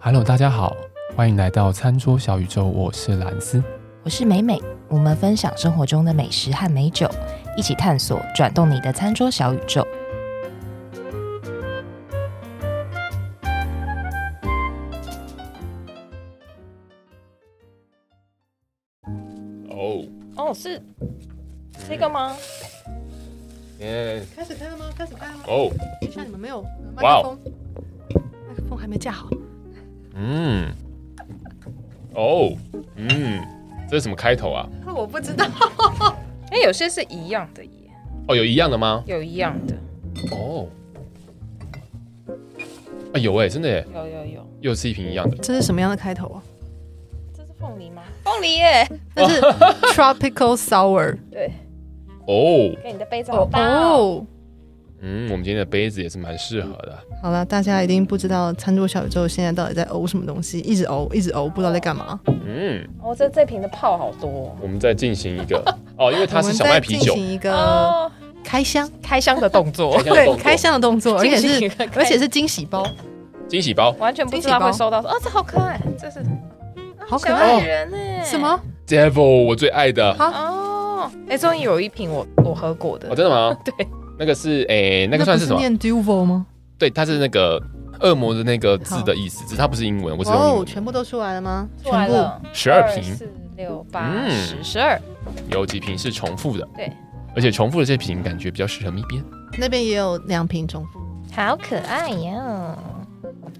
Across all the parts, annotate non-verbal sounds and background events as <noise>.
Hello，大家好，欢迎来到餐桌小宇宙，我是蓝斯。我是美美，我们分享生活中的美食和美酒，一起探索转动你的餐桌小宇宙。哦，哦，是这个吗？耶，开始开了吗？开始开了吗？哦，等一下，你们没有麦哇克哦风，麦克风还没架好。嗯，哦，嗯，这是什么开头啊？我不知道，哎，有些是一样的耶，哦，有一样的吗？有一样的，哦，啊有哎，真的哎，有有有，又是一瓶一样的。这是什么样的开头啊？这是凤梨吗？凤梨耶，<laughs> 那是 tropical sour。对，哦，跟你的杯子好哦搭哦。哦，嗯，我们今天的杯子也是蛮适合的。好了，大家一定不知道餐桌小宇宙现在到底在呕什么东西，一直呕，一直呕，不知道在干嘛。嗯，哦，这这瓶的泡好多我们再进行一个哦，因为它我是们小在麦啤进酒，，行一哦个哦，开箱，开箱的动作这样的动对，作开箱的动作，而且进行一是个开哦而且是惊喜包，惊喜包，完全不知道会收到说。哦，这好可爱，这是好可小爱。哦矮人呢？什？么？ Devil 我最爱的。好哦，哎，终于有一瓶我我喝过的哦，，真的吗？对，那个是诶，那个算不是什么？念 duvo 吗？对，它是那个恶魔的那个字的意思，只是它不是英文，我是用英哦，文。全部都出来了吗？出来了，十二瓶四六八嗯十十二，有几瓶是重复的，对，而且重复的这瓶感觉比较适合蜜边。全部，那边也有两瓶重复。 <laughs> 好可爱呀！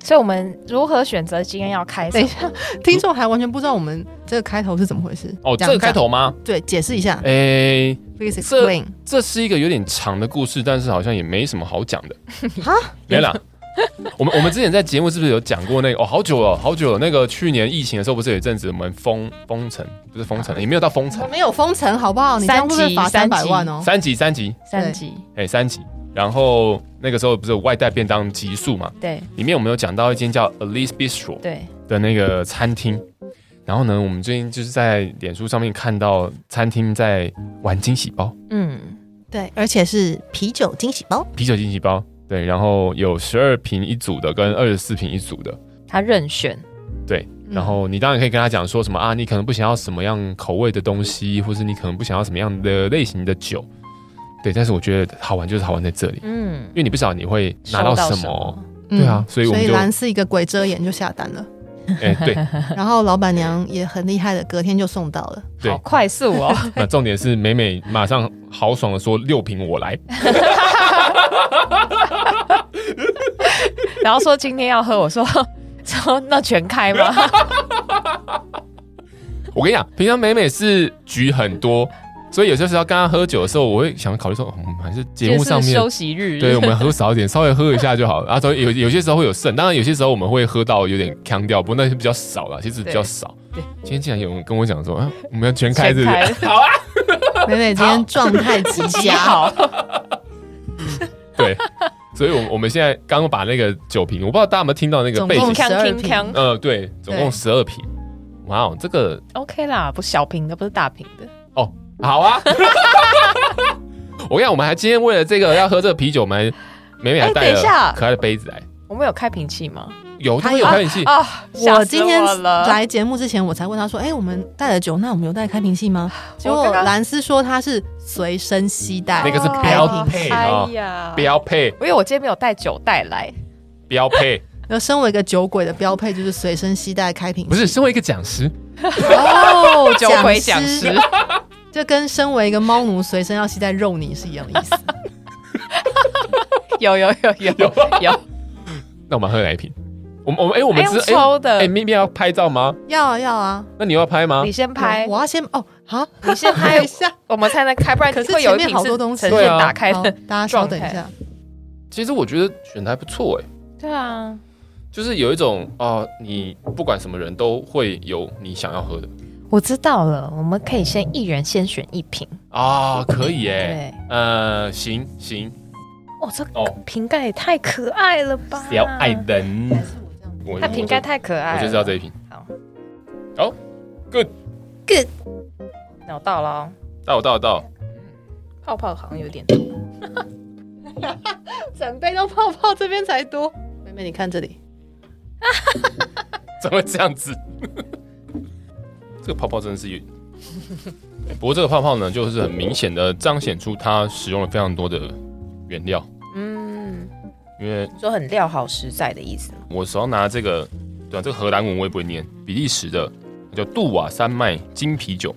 所以我们如何选择今天要开什等一么？下，听众还完全不知道我们这个开头是怎么回事。哦，这讲个开头吗？对，解释一下诶、 ，please 这 explain。哎这是一个有点长的故事，但是好像也没什么好讲的。哈，没啦。我们我们之前在节目是不是有讲过那个哦，好久了，好久了。那个去年疫情的时候，不是有一阵子我们封封城，不是封城，也没有到封我城，没有封城，好不好？你这样会不会罚三级三百万哦？三级三级，三级哎、三级。然后那个时候不是有外带便当集数嘛，对里面我们有讲到一间叫 Elise Bistro，对，的那个餐厅。然后呢，我们最近就是在脸书上面看到餐厅在玩惊喜包，嗯，对，而且是啤酒惊喜包，啤酒惊喜包，对，然后有十二瓶一组的跟二十四瓶一组的，他任选对。嗯然后你当然可以跟他讲说什么啊，你可能不想要什么样口味的东西，或是你可能不想要什么样的类型的酒，对。但是我觉得好玩就是好玩在这里，嗯因，为你不晓得你会拿到收什么，？对啊所以我所们就以嗯蓝是一个鬼遮眼就下单 <laughs> 了，哎，对。 <laughs> 然后老板娘也很厉害的，隔天就送到 <laughs> 了。对好快速哦！那重点是美美马上豪爽的说六瓶我来，然后说今天要喝，我说 <laughs> 说那全开吗？我跟你讲，平常美美是局很多，所以有些时候跟她喝酒的时候，我会想考虑说，嗯我们还是节目上就是面，休息日， <laughs> 对我们喝少一点，稍微喝一下就好。然后有有些时候会有剩，当然有些时候我们会喝到有点腔掉，不过那些比较少了，其实比较少。对今天竟然有人跟我讲说，啊，我们要全开这全开里， <laughs> 好啊，美美今天状态极极佳，好，对， <laughs> 所以，我我们现在刚刚把那个酒瓶，我不知道大家有没有听到那个总背景共锵12，锵瓶锵呃，对，总共对十二瓶，哇哦，这个，OK 啦，不是小瓶的，不是大瓶的，哦，好啊。 <laughs> 我跟你讲，我们还今天为了这个要喝这个啤酒，我们还美美还哎带等一下了可爱的杯子来。我们有开瓶器吗？有，他还们有有开冷气，啊，吓死我今天了来节目之前，我才问他说：“哎、我们带了酒，那我们有带开瓶器吗？”结我果刚刚蓝斯说他是随身携带，那个是哦标配哦哎呀，标配，因为我今天没有带酒带来， <laughs> 标配，然后身为一个酒鬼的标配就是随身携带 <laughs> 开瓶器，不是身为一个讲师，哦，酒鬼讲师，这跟身为一个猫奴随身要携带肉泥是一样的 <laughs> 意思。有有有有有有，那我们喝哪一瓶？我们我们哎， <laughs> 我哎们用知抽呃的哎，咪咪要拍照吗？要啊要啊，那你要拍吗你？先拍，我要先哦，好，你先拍等一下，我们才能开，不然可是会有一前瓶面好多东西呈现对啊打开好的。，大家稍等一下，其实我觉得选的还不错哎，对啊，就是有一种啊，你不管什么人都会有你想要喝的我知道了，我们可以先一人先选一瓶。啊，可以哎，对，呃，行行，哦，这哦瓶盖也太可爱了吧！只要爱人，我它瓶盖太可爱我了，就知道这一瓶。好，好，good good，那我到了哦，到到到， <laughs> 泡泡好像有点多，整杯都泡泡这边才多。妹妹，你看这里，怎么会这样子？ <laughs> 这个泡泡真的是有。不过这个泡泡呢，就是很明显的彰显出它使用了非常多的原料，嗯，因为你说很料好实在的意思吗？我手上拿这个，对啊，这个荷兰文我也不会念，比利时的叫杜瓦山脉金啤酒。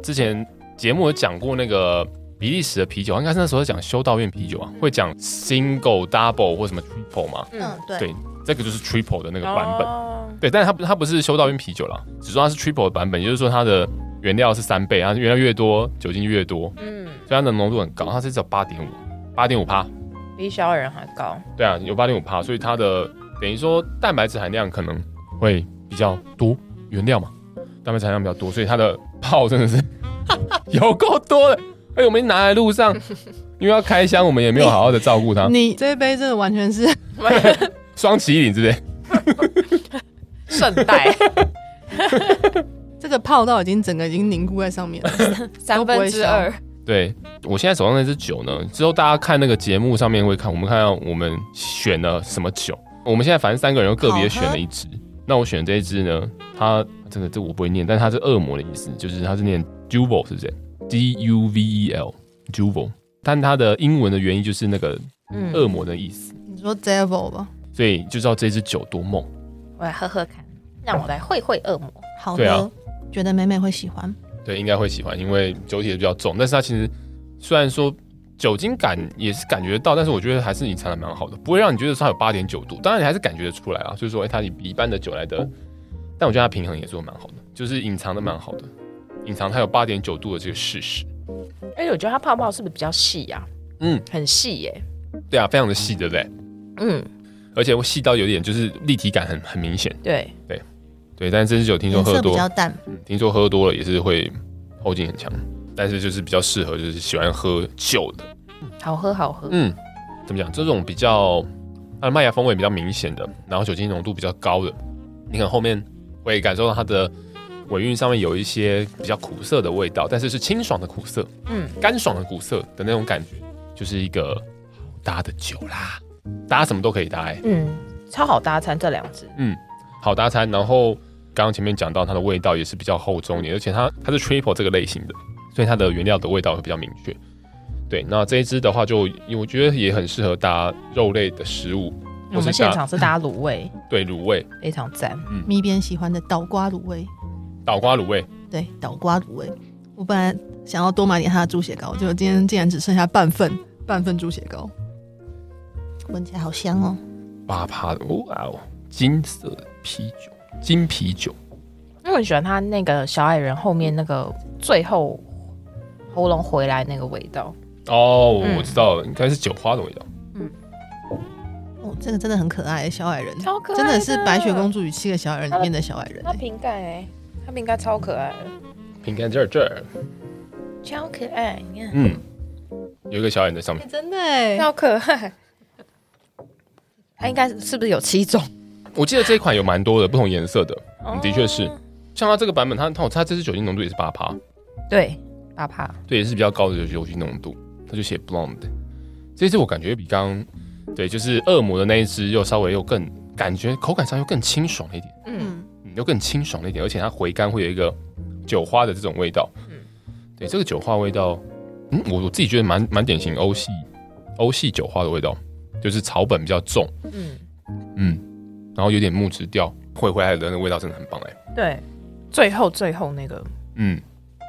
之前节目有讲过那个比利时的啤酒，应该是那时候讲修道院啤酒啊，会讲 single、double 或什么 triple 嘛，嗯，对对这个就是 triple 的那个版哦本。哦本对，但是它不它不是修道院啤酒啦，只说它是 triple 的版本，也就是说它的原料是三倍，它原料越多，酒精越多，嗯，所以它的浓度很高，它是只有八点五，八点五帕。比小矮人还高，对啊，有八点五帕，所以它的等于说蛋白质含量可能会比较多，原料嘛，蛋白质含量比较多，所以它的泡真的是有够多的。哎、我们拿来路上，因为要开箱，我们也没有好好的照顾它，你这一杯真的完全是 <laughs> 双麒麟之类。圣 <laughs> 代这个泡到已经整个已经凝固在上面了。三分之二，对我现在手上那支酒呢，之后大家看那个节目上面会看，我们看到我们选了什么酒。我们现在反正三个人又个别选了一支，那我选这一支呢，它这个这我不会念，但它是恶魔的意思，就是它是念 duvel 是不是？D U V E L duvel，但它的英文的原意就是那个嗯，恶魔的意思，你说 devil 吧，所以就知道这支酒多猛。我来喝喝看，让我来会会恶魔。好对啊喝，觉得美美会喜欢。对，应该会喜欢，因为酒体也比较重，但是它其实虽然说酒精感也是感觉到，但是我觉得还是隐藏的蛮好的，不会让你觉得它有八点九度，当然你还是感觉得出来啊，所以说，哎、它比一般的酒来哦的，但我觉得它平衡也做的蛮好的，就是隐藏的蛮好的，隐藏它有八点九度的这个事实，而且哎我觉得它泡泡是不是比较细啊？嗯，很细耶、对啊，非常的细，对不对？嗯，而且我细到有点就是立体感很很明显，对，对，但是这支酒听说颜喝色比多，较淡，听说喝多了也是会后劲很强，但是就是比较适合就是喜欢喝酒的。好喝好喝。嗯，怎么讲？这种比较它的麦芽风味比较明显的，然后酒精浓度比较高的，你可能后面会感受到它的尾韵上面有一些比较苦涩的味道，但是是清爽的苦涩，嗯，干爽的苦涩的那种感觉，就是一个好搭的酒啦，搭什么都可以搭、欸，嗯，超好搭餐这两只，好搭餐。然后刚刚前面讲到它的味道也是比较厚重一点，而且它它是 triple 这个类型的，所以它的原料的味道会比较明确。对，那这一支的话就，我觉得也很适合搭肉类的食物，是我搭们现场是搭卤味，对卤味、非常赞。咪边喜欢的倒瓜卤味，倒瓜卤味，对，倒瓜卤味。我本来想要多买点它的猪血糕，结果今天竟然只剩下半份，半份猪血糕，闻起来好香哦。八趴的，哇哦，金色的啤酒，金啤酒，因为我很喜欢它那个小矮人后面那个最后喉咙回来那个味道，哦，嗯我知道了，应该是酒花的味道，哦，这个真的很可爱，小矮人，超可爱真的是《白雪公主。主与七个小矮人》里面的小矮人它。欸瓶盖哎，它瓶盖超可爱的，瓶盖这儿这儿，超可爱，你看，嗯，有一个小眼在上面，真的哎超可爱。它应该是是不是有七种？我记得这一款有蛮多的不同颜色的，嗯的确是哦，像它这个版本，它它它这支酒精浓度也是八趴，对，爸爸，对，也是比较高的酒酒精浓度，它就写 blonde，这支我感觉比刚刚对就是恶魔的那一支又稍微又更感觉口感上又更清爽了一点。嗯，嗯，嗯，又更清爽了一点，而且它回甘会有一个酒花的这种味道。嗯，对，这个酒花味道，嗯，我我自己觉得蛮蛮典型欧系欧系酒花的味道，就是草本比较重，嗯，嗯，然后有点木质调，回回来的那个味道真的很棒哎、对，最后最后那个嗯，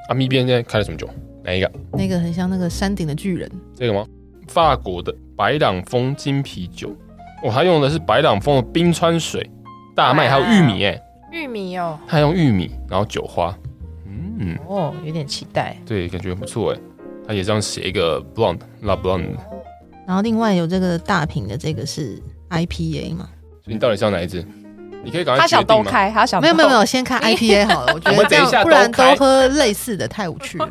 阿咪边现在开了什么酒？哪一个？那个很像那个山顶的巨人，这个吗？法国的白朗峰金啤酒，哦，它用的是白朗峰的冰川水、大麦还有玉米哎、玉米哦，它用玉米，然后酒花，嗯。哦，有点期待。对，感觉不错哎。他也这样写一个 blonde la blonde，然后另外有这个大瓶的，这个是 IPA 嘛？所以你到底是要哪一支？你可以赶快他决想定都吗？开，他想没有没有没有，有，先看 IPA 好了，我觉我得们这等一样下不然都开都喝类似的太无趣 <laughs> 了，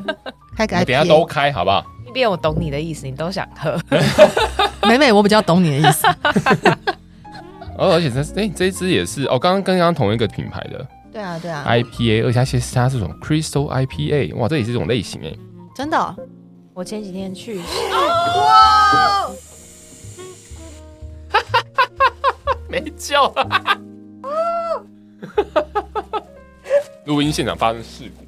开个你等一下都 IPA。开好不好？一边我懂你的意思，你都想喝。美美，我比较懂你的意思。哦，而且这哎、这一支也是哦，刚刚跟刚刚同一个品牌的 <laughs> 对啊对啊， IPA，而且它其实它是一种 Crystal IPA，哇，这也是一种类型哎。真的哦我前几天去，啊没救了，录音现场发生事故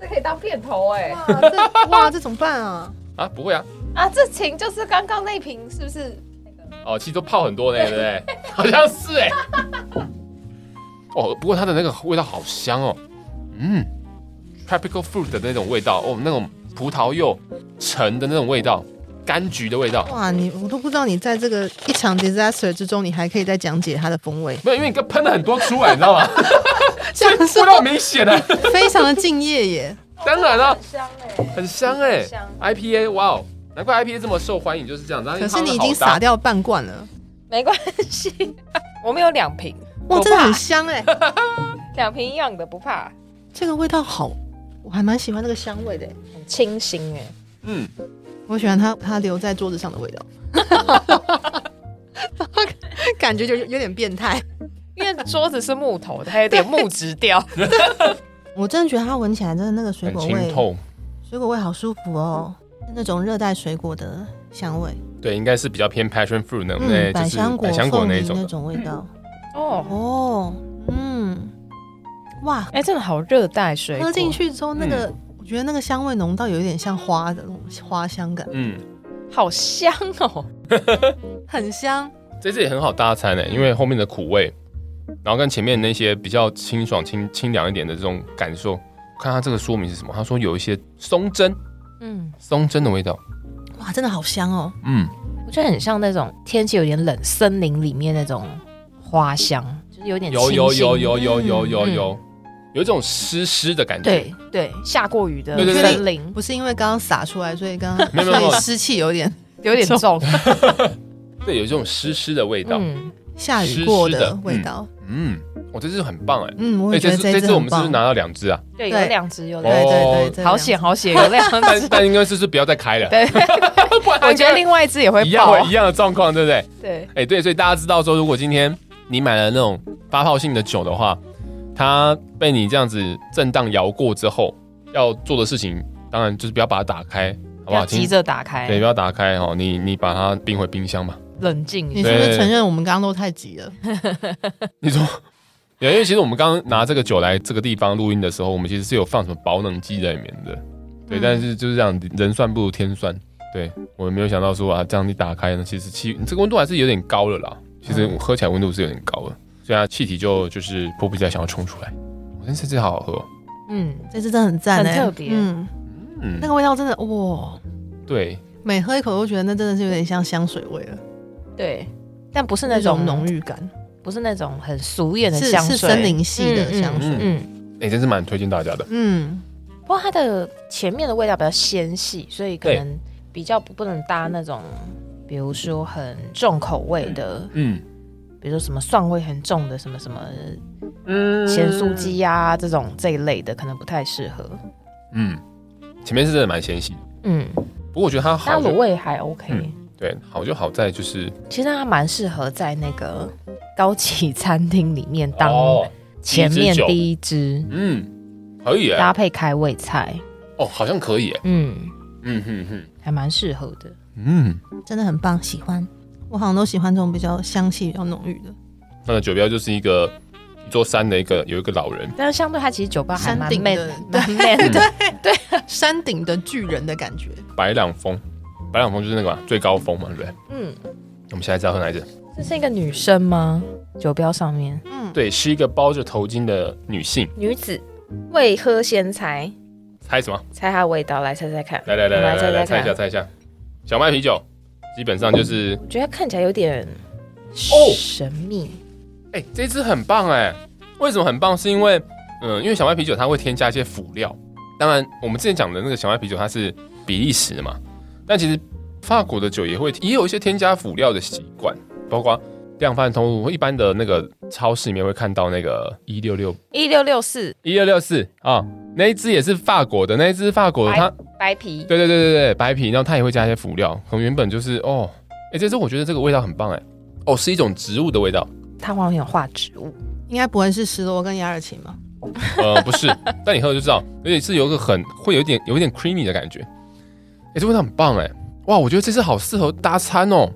这可以当片头哎、哇，这哇这怎么办啊？啊？不会啊，啊！这琴就是刚刚那瓶，是不是？哦，其实都泡很多呢，对不对？<laughs> 好像是哎、哦，不过它的那个味道好香哦，嗯，tropical fruit 的那种味道，哦，那种葡萄柚橙的那种味道，柑橘的味道。哇，你我都不知道你在这个一场 disaster 之中，你还可以再讲解它的风味，没有，因为你刚喷了很多出来，你知 <laughs> 道吗？这样味道明显啊的，非常的敬 <laughs> 业耶。当然了很，香哎、欸很香哎、很香 IPA，哇哦，难怪 IPA 这么受欢迎，就是这样子。可是你已经洒掉半罐了，没关系， <laughs> 我们有两瓶，哇，我真的怕很 <laughs> 香哎，两瓶一样的，不怕，这个味道好，我还蛮喜欢那个香味的耶，很清新哎、嗯，我喜欢它它留在桌子上的味 <laughs> 道。感觉就有有点变态，因为桌子是木头的，它有 <laughs> 点木质调。我真的觉得它闻起来真的那个水很果清味，透，水果味好舒服哦，那种热带水果的香味，对，应该是比较偏 passion fruit 那种，嗯，那百就是香果、百香果凤那梨一种那的。种味道，哦，哦，嗯，哇，哎、真的好热带水果，喝进去之后，那嗯个、我觉得那个香味浓到有一点像花的那种花香感，嗯，好香哦。很香。这次也很好搭餐嗯诶、因为后面的苦味，然后跟前面那些比较清爽、清清凉一点的这种感受。看它这个说明是什么？他说有一些松针，嗯，松针的味道。哇，真的好香哦！嗯，我觉得很像那种天气有点冷，森林里面那种花香，就是有点有清有新有有有有有嗯有，有一种湿湿的感觉。对对，下过雨的对对对森林不是因为刚刚洒出来，所以刚没刚有没有所没有以湿气有点有点重，对，有一种湿湿的味道。嗯，下雨过湿湿的的味道。嗯，我、这支很棒哎、嗯，我哎、也觉这得次一这支次我们是很不棒。是拿到两支啊？ <laughs> 对，有对两只，有哦两对对哦对对，好险！险好险，有两但只。 <laughs> 但应该就是不要再开了。对， <laughs> 不然我觉得另外一只也会一样爆会一。样的状况，对不对？对，哎、对，所以大家知道说，如果今天你买了那种发泡性的酒的话，它被你这样子震荡摇过之后，要做的事情，当然就是不要把它打开，好不要好？急请着对，打开不，要打开哦，你你把它冰回冰箱嘛。冷静一你下。是不对是承认我们刚刚都太急了？你说， <laughs> 对因为其实我们刚刚拿这个酒来这个地方录音的时候，我们其实是有放什么保冷剂在里面的，对，嗯但是就是这样，人算不如天算，对我没有想到说啊，这样你打开呢，其实气这个温度还是有点高了啦，其实喝起来温度是有点高的，所以它气体就就是迫不及待想要冲出来，我真是这好好喝哦，嗯，这支真的很赞、很欸，特别嗯，嗯那，个味道真的哇，对，每喝一口都觉得那真的是有点像香水味了，对，嗯但不是那那种种浓，郁感，不是那种很俗艳的是香是水，森林系的香水。嗯，嗯，哎、真是蛮推荐大家的，嗯，不过它的前面的味道比较纤细，所以可对能比较不不能搭那种，比如说很重口味的，嗯比如说什么蒜味很重的，什么什么嗯咸酥鸡呀、这种这一类的，可能不太适合。嗯，前面是真的蛮纤细的，嗯，不过我觉得它好但卤就，味还 OK，、嗯对，好就好在就是其实它蛮适合在那个高级餐厅里面当哦前面第一支酒第一支，嗯，可以哎、搭配开胃菜，哦，好像可以哎、嗯，嗯哼哼，还蛮适合的。嗯，真的很棒，喜欢。我好像都喜欢这种比较香气比较浓郁的，那个酒标就是一个一座山的一个有一个老人，但是相对它其实酒吧还蛮山顶 man <laughs> 的蛮 man 的， <laughs> 山顶的巨人的感觉。白朗峰，白朗峰就是那个嘛最高峰嘛，对不对？嗯，我们现在知道喝哪一支？这是一个女生吗？酒标上面嗯，对，是一个包着头巾的女性，女子未喝先猜，猜什么？猜它味道，来猜猜看。来来来我来来猜来，嗯猜猜一下看，猜一下，小麦啤酒基本上就是，我觉得看起来有点哦神秘，哎、这支很棒哎、为什么很棒？是因为，嗯、因为小麦啤酒它会添加一些辅料，当然我们之前讲的那个小麦啤酒它是比利时的嘛，但其实法国的酒也会也有一些添加辅料的习惯，包括量贩通路一般的那个超市里面会看到那个一六六一六六四一六六四啊，那一支也是法国的，那一支法国的白它白啤，对对对对对，白啤，然后它也会加一些辅料，可能原本就是哦，哎、这支我觉得这个味道很棒哎、哦是一种植物的味道，它好像有画植物，应该不会是石螺跟雅尔琴吧？ <laughs> 呃，不是，但你喝了就知道，而且是有一个很会有一点有一点 creamy 的感觉。哎、这味道很棒哎、哇，我觉得这次好适合搭餐哦，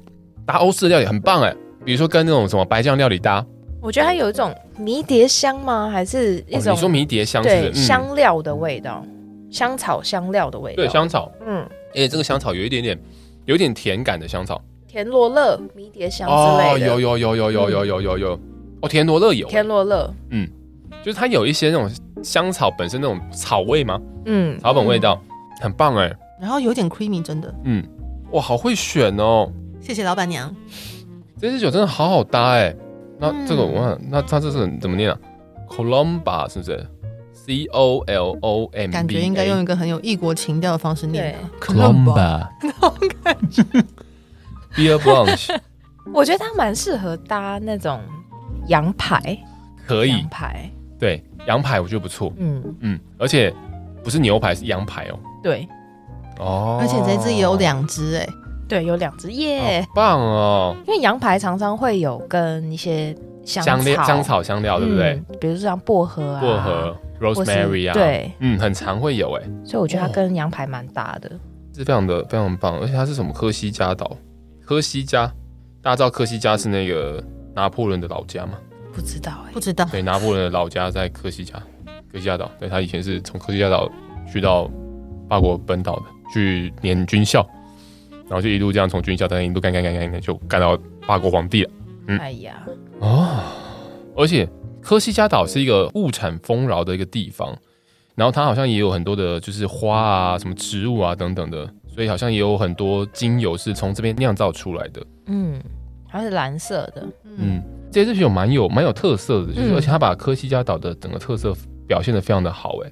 搭欧式的料理很棒哎、比如说跟那种什么白酱料理搭，我觉得它有一种迷迭香吗？还是一哦种、你说迷迭香是不对是、嗯、香料的味道，香草香料的味道。对香草，嗯，而且这个香草有一点点有一点甜感的香草田螺乐、迷迭香之类的。哦有有有有有有有有有哦，田螺乐有，田螺乐，就是它有一些那种香草本身那种草味嘛，嗯，草本味道、很棒哎，然后有点 creamy，真的，嗯，哇，好会选哦，谢谢老板娘。这支酒真的好好搭哎。那嗯这个我看，那它这是怎么念啊？Colomba 是不是？C O L O M B，感觉应该用一个很有异国情调的方式念吧。 Columba， <laughs> Beer Blanche，我觉得它蛮适合搭那种羊排， <laughs> 可以羊，排，对，羊排我觉得不错，嗯，嗯，而且不是牛排是羊排哦，对哦，而且这只也有两只哎，对，有两只耶好棒哦，因为羊排常常会有跟一些香香料、香草、香料，对不对？嗯比如说像薄荷啊，薄荷、或是 rosemary 啊，，对，嗯，很常会有哎，所以我觉得它跟羊排蛮搭的。是非常的非常棒，而且它是什么科西嘉岛，科西嘉，大家知道科西嘉是那个拿破仑的老家吗？不知道哎、不知道对，拿破仑的老家在科西嘉， <laughs> 科西嘉岛。对他以前是从科西嘉岛去到法国本岛的，去念军校，然后就一路这样从军校，但一路干干干干干，就干到法国皇帝了。嗯哎呀，而且科西嘉岛是一个物产丰饶的一个地方，然后它好像也有很多的，就是花啊、什么植物啊等等的，所以好像也有很多精油是从这边酿造出来的。嗯，它是蓝色的，嗯，这支酒蛮有蛮有特色的，就是、嗯而且它把科西嘉岛的整个特色表现的非常的好，哎，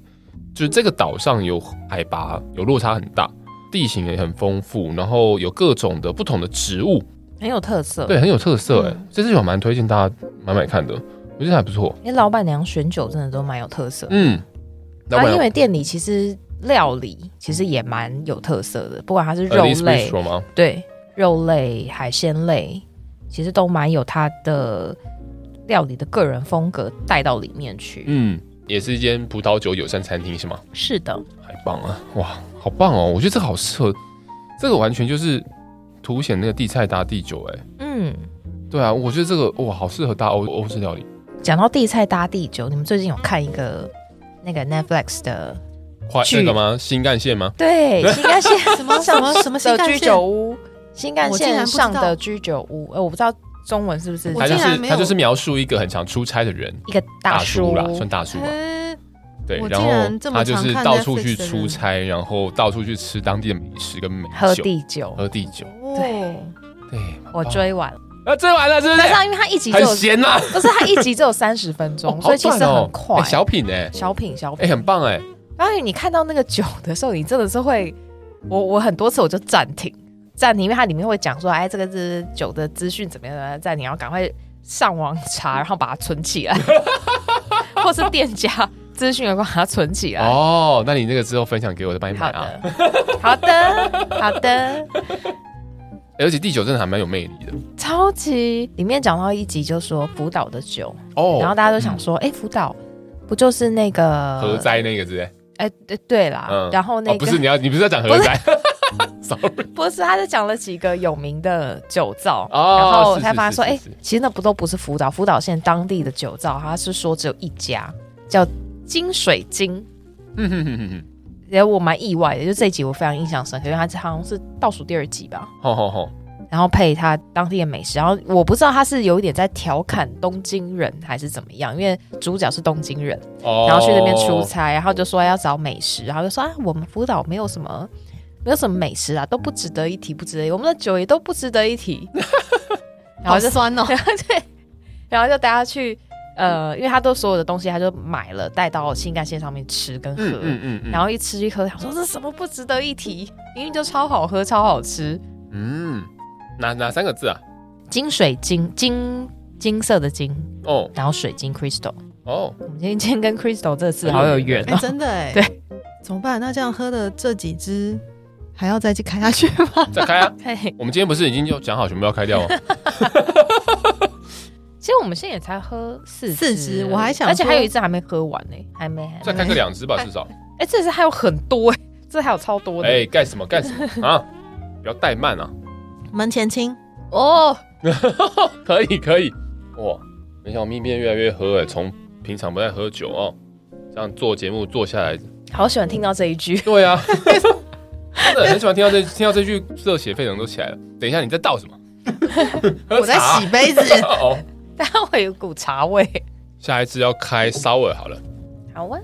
就是这个岛上有海拔有落差很大，地形也很丰富，然后有各种的不同的植物，很有特色。对，很有特色，哎、嗯这支酒蛮推荐大家买买看的，我觉得还不错，因为老板娘选酒真的都蛮有特色。嗯，那那、不啊因然为店里其实料理其实也蛮有特色的，不管它是肉 Elise 类， Bistro 吗？对，肉类、海鲜类，其实都蛮有它的料理的个人风格带到里面去。嗯，也是一间葡萄酒友善餐厅是吗？是的，太棒了，哇，好棒哦！我觉得这个好适合，这个完全就是凸显那个地菜搭地酒，哎。嗯。对啊，我觉得这个哇，好适合搭欧欧式料理。讲到地菜搭地酒，你们最近有看一个那个 Netflix 的快去那个吗？新干线吗？对新干线什么什上嗯么什么新的干居线酒？屋，新干我竟然线不知上道的居酒屋，呃，我不知道中文是不是我他就竟然是没有他就是描述一个很常出差的人，一个大叔啊啦，算大叔吧。哎对，我然竟然这后么他就是常看到处 Netflix 去的人出差，然后到处去吃当地的美食跟美喝酒，地酒，喝地酒。对哦，对，我啊，追完了，那追完了是不但是是？它因为它一集就很有闲呐，不是它一集只有三十分哦钟，好所以其实赚哦很快哎。小品哎，小品小哎，品，很棒哎，然后你看到那个酒的时候，你真的是会，我我很多次我就暂停暂停，因为它里面会讲说，哎，这个是酒的资讯怎么样怎么样，暂停，然后赶快上网查，然后把它存 <laughs> 起来，或是店家资讯有把它存起来。哦，那你那个之后分享给我，再帮你买好啊。的，好的，好的，哎而且地酒真的还蛮有魅力的超级里面讲到一集就说福岛的酒，哦。然后大家都想说，哎、福岛不就是那个核？灾那个之类，哎、对对啦，嗯然后那哦，个、不是你要你不是要讲核不是灾，sorry 不是，他就讲了几个有名的酒造，哦然后是才是发现是说，是哎、是其实那不都不是福岛，福岛县当地的酒造，他是说只有一家叫金水晶。嗯哼哼哼哼。然后我蛮意外的，就这一集我非常印象深刻，因为它好像是倒数第二集吧，吼吼吼！然后配它当地的美食，然后我不知道他是有一点在调侃东京人还是怎么样，因为主角是东京人，哦然后去那边出差，然后就说要找美食，然后就说啊，我们福岛没有什么，没有什么美食啊，都不值得一提，不值得一提，我们的酒也都不值得 <laughs> 一提。然好后就，，酸哦然后对，然后就带他去，呃，因为他都所有的东西他就买了，带到新干线上面吃跟喝，嗯嗯嗯嗯，然后一吃一喝，想说这什么不值得一提，明明就超好喝，超好吃，嗯，哪哪三个字啊？金水晶金金色的金，哦然后水晶 crystal，哦，我们今天今天跟 crystal 这个字好有缘哎哦，真的哎，对，怎么办？那这样喝的这几支还要再去开下去吗？再开啊！嘿。我们今天不是已经就讲好全部要开掉吗？其实我们现在也才喝四四支支而已，我还想而且说还有一支还没喝完呢、还没。还没再开个两支吧，至少。 <laughs> 哎、这支还有很多 <laughs> 哎、这还有超多的。哎，干什么干什么啊？不要怠慢啊！门前清，哦，可以可以，哇，没想到咪变越来越喝哎、从平常不太喝酒哦，这样做节目做下来，好喜欢听到这一句。 <laughs> 对啊，真的很喜欢听到这听到这句，热血沸腾都起来了。等一下你在倒什 <laughs> 么？ <laughs> 喝我在茶 <laughs> 洗杯子，哦，但我有股茶味。下一次要开烧耳好了。好啊，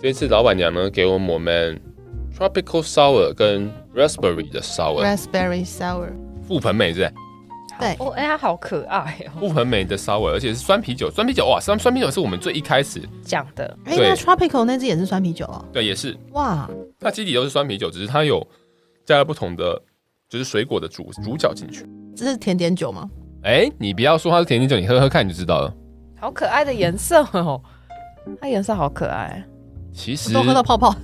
这次老板娘呢给我们 tropical sour 跟 raspberry 的 sour， raspberry sour，覆盆梅是不是对哦，哎，它好可爱哦，覆盆梅的 sour，而且是酸啤酒。酸啤酒哇，酸酸啤酒是我们最一开始讲的哎，对那 tropical 那只也是酸啤酒哦，对，也是哇，它基底都是酸啤酒，只是它有加了不同的就是水果的主主角进去。这是甜点酒吗？哎，你不要说它是甜心酒，你喝喝看你就知道了。好可爱的颜色哦，它颜色好可爱。其实都喝到泡泡，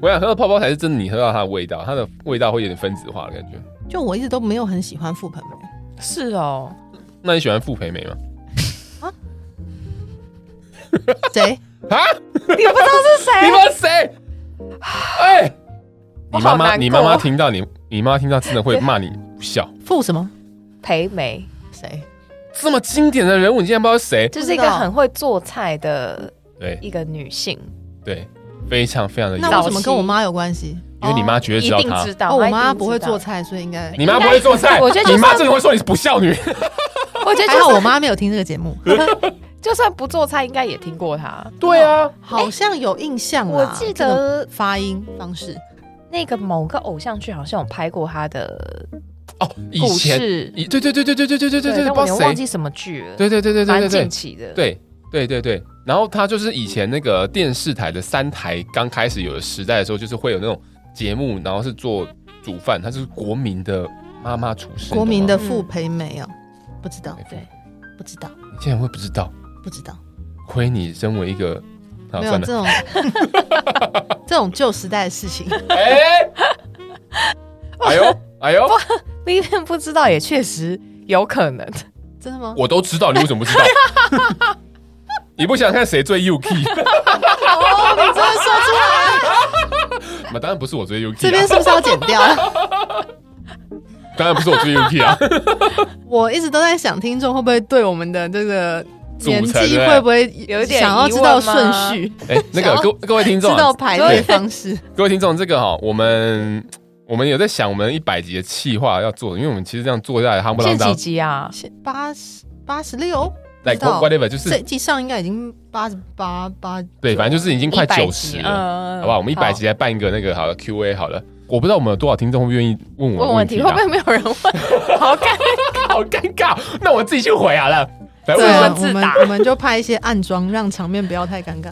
我想喝到泡泡才是真的，你喝到它的味道，它的味道会有点分子化的感觉。就我一直都没有很喜欢覆盆梅，是哦，那你喜欢傅培梅吗？谁？ <laughs> 啊，你不知道是你谁？们谁？哎，我你好妈妈，难过你妈妈听到你，你妈听到真的会骂你不孝。覆什么？裴梅，谁？这么经典的人物，你竟然不知道是谁？就是一个很会做菜的对一个女性，对，非常非常的有，那为什么跟我妈有关系？因为你妈绝对一知道定他知。道。哦，我她一定妈不会知道做，菜，所以应该你妈不会做菜，我觉得就是你妈真的会说你是不孝 <laughs> 女。我觉得还好，就 <laughs> 我算妈没有听这个节 <laughs> 目，哎就算不做菜，应该也听过她。对啊，好像有印象嗯啦我记这个得发音方式，那个某个偶像剧好像有拍过她的哦，以故前，事，以对对对对对对对对对对，但不我知有道点谁，忘记什么剧了，对对对对对蛮对近对期的。对对对对。然后他就是以前那个电视台的三台刚开始有的时代的时候，就是会有那种节目，然后是做煮饭，他就是国民的妈妈厨师，国民的你傅培梅啊，不知道，懂吗，不知道，你竟然会不知道，不知道，亏你身为一个，啊没有算这了，种 <laughs> 这种旧时代的事情， <laughs> 哎，哎呦哎呦，第一遍不知道也确实有可能，哦真的吗？我都知道，你为什么不知道？ <laughs> 你不想看谁最 UK？哦，你真的说出来， <laughs> 那当然不是我最 UK，、这边是啊、不是要剪掉？ <laughs> 当然不是我最 UK 啊。 <laughs> 我一直都在想，听众会不会对我们的这个组年成纪对会不会有点想要知道顺序，哎、那个各各位听知众、啊道，排列方式？各位听众，这个哈、我们我们有在想我们一百集的企划要做，因为我们其实这样做下来，夯不啷现几当，集啊？八十八十六， like 知道 whatever，就是这季上应该已经八十八八，对，反正就是已经快100集九十了，嗯好不好？我们一百集来办一个那个好了 Q&A 好了。我不知道我们有多少听众会愿意问我们问问问题题啊会啦不，会没有人问？好尴尬，好尴尬。那我自己去回好了。来对问啊，问，自我问自们答我们就拍一些暗装，让场面不要太尴尬。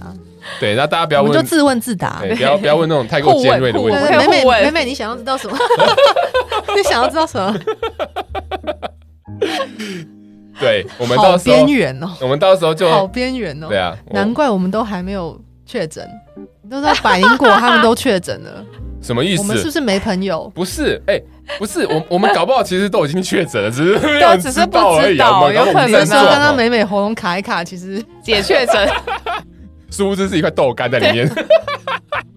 对，那大家不要我们就问，哎自问自答。对，不要不要问那种太过互问尖锐的互问问 <laughs> 题。美美互问美美，你想要知道 <laughs> 什么？你想要知道什么？对，我们好到时候边，缘哦，我们到时候就好边缘哦对。啊，我难怪我们都还没有确诊，你都知道百灵果他们都确诊了，什么意我们是不思？是没朋友？不是，哎、不是，我我们搞不好其实都已经确诊了，只 <laughs> 是没对有啊人只是不道而已啊。知道我们搞不好我有可们只能啊是 <laughs> 在说做刚刚好不好美美喉咙卡一卡，其 <laughs> 实解确 <laughs> 诊。殊不知是一块豆干在里 <laughs> 面。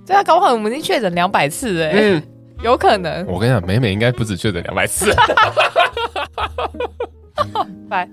对啊，搞不好我们已经确诊两百次欸哎，嗯，有可能。我跟你讲，美美应该不止确诊两百 <laughs> 次，拜，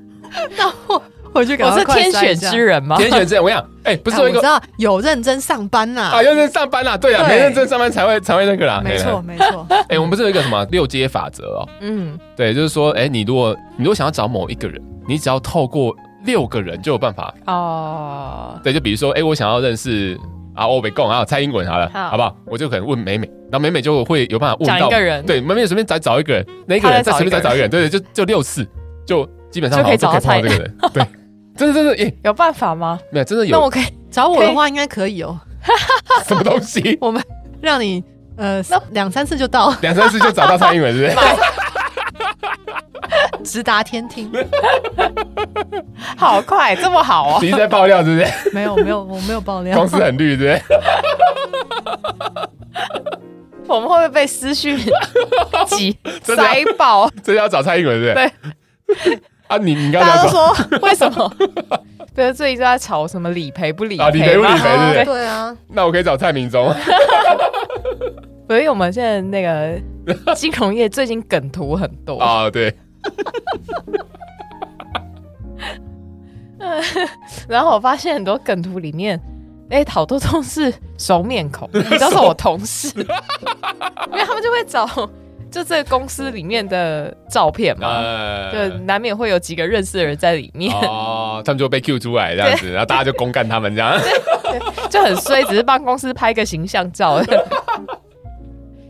回去赶我快是天快筛选一下之。人吗？天选之人。我跟你讲，哎、不是啊有我一知个道有认真上班呐啊，，认真上班啦，对啊，对没认真上班才会才会那个啦。没嘿错嘿没错，哎、我们不是有一个什么六阶法则哦？嗯，对，就是说，哎、你如果你如果想要找某一个人，你只要透过六个人就有办法哦，对，就比如说，哎、我想要认识啊，欧北贡啊，蔡英文好了，好好不好？我就可能问美美，然后美美就会有办法问讲到一个人对，美美随便再找一个人，那一个人她再再找随便一再个找一个人，对对，就就六次，就基本上就可以好找到像就可以碰到这个 <laughs> 人，对，真的真的，耶、有办法吗？没有，真的那我有可以， <laughs> 找我的话应该可以哦，，什么东西我们让你呃两三次就到， <laughs> 两三次就找到蔡英文， <laughs> 是不是？直达天听。好快，这 <laughs> 么好哦。你是在爆料，是 <laughs> 不是？ <laughs> 没有没有，我没有爆料公。司很绿，是不是？我们会不会被私讯挤 <laughs> 真的啊塞爆？ <laughs> 这要找蔡英文，是不是？对。啊，你你刚大家才都说说为什么？比如最近都在吵什么理赔不理赔、啊理赔不理赔然后对不对对啊，那我可以找蔡明 <laughs> 忠，所以我们现在 <laughs> 那个金融啊哦业最近梗图很多，啊，对，然后我发现很多梗图里面，哎，好多都是熟面孔， <laughs> 你知道是我同事， <laughs> 因为他们就会找就这个公司里面的照片嘛，呃啊就难免会有几个认识的人在里面， <laughs> 哦，他们就被 Q 出来这样子，然后大家就公干他们这样。就很衰，只是帮公司拍个形象照。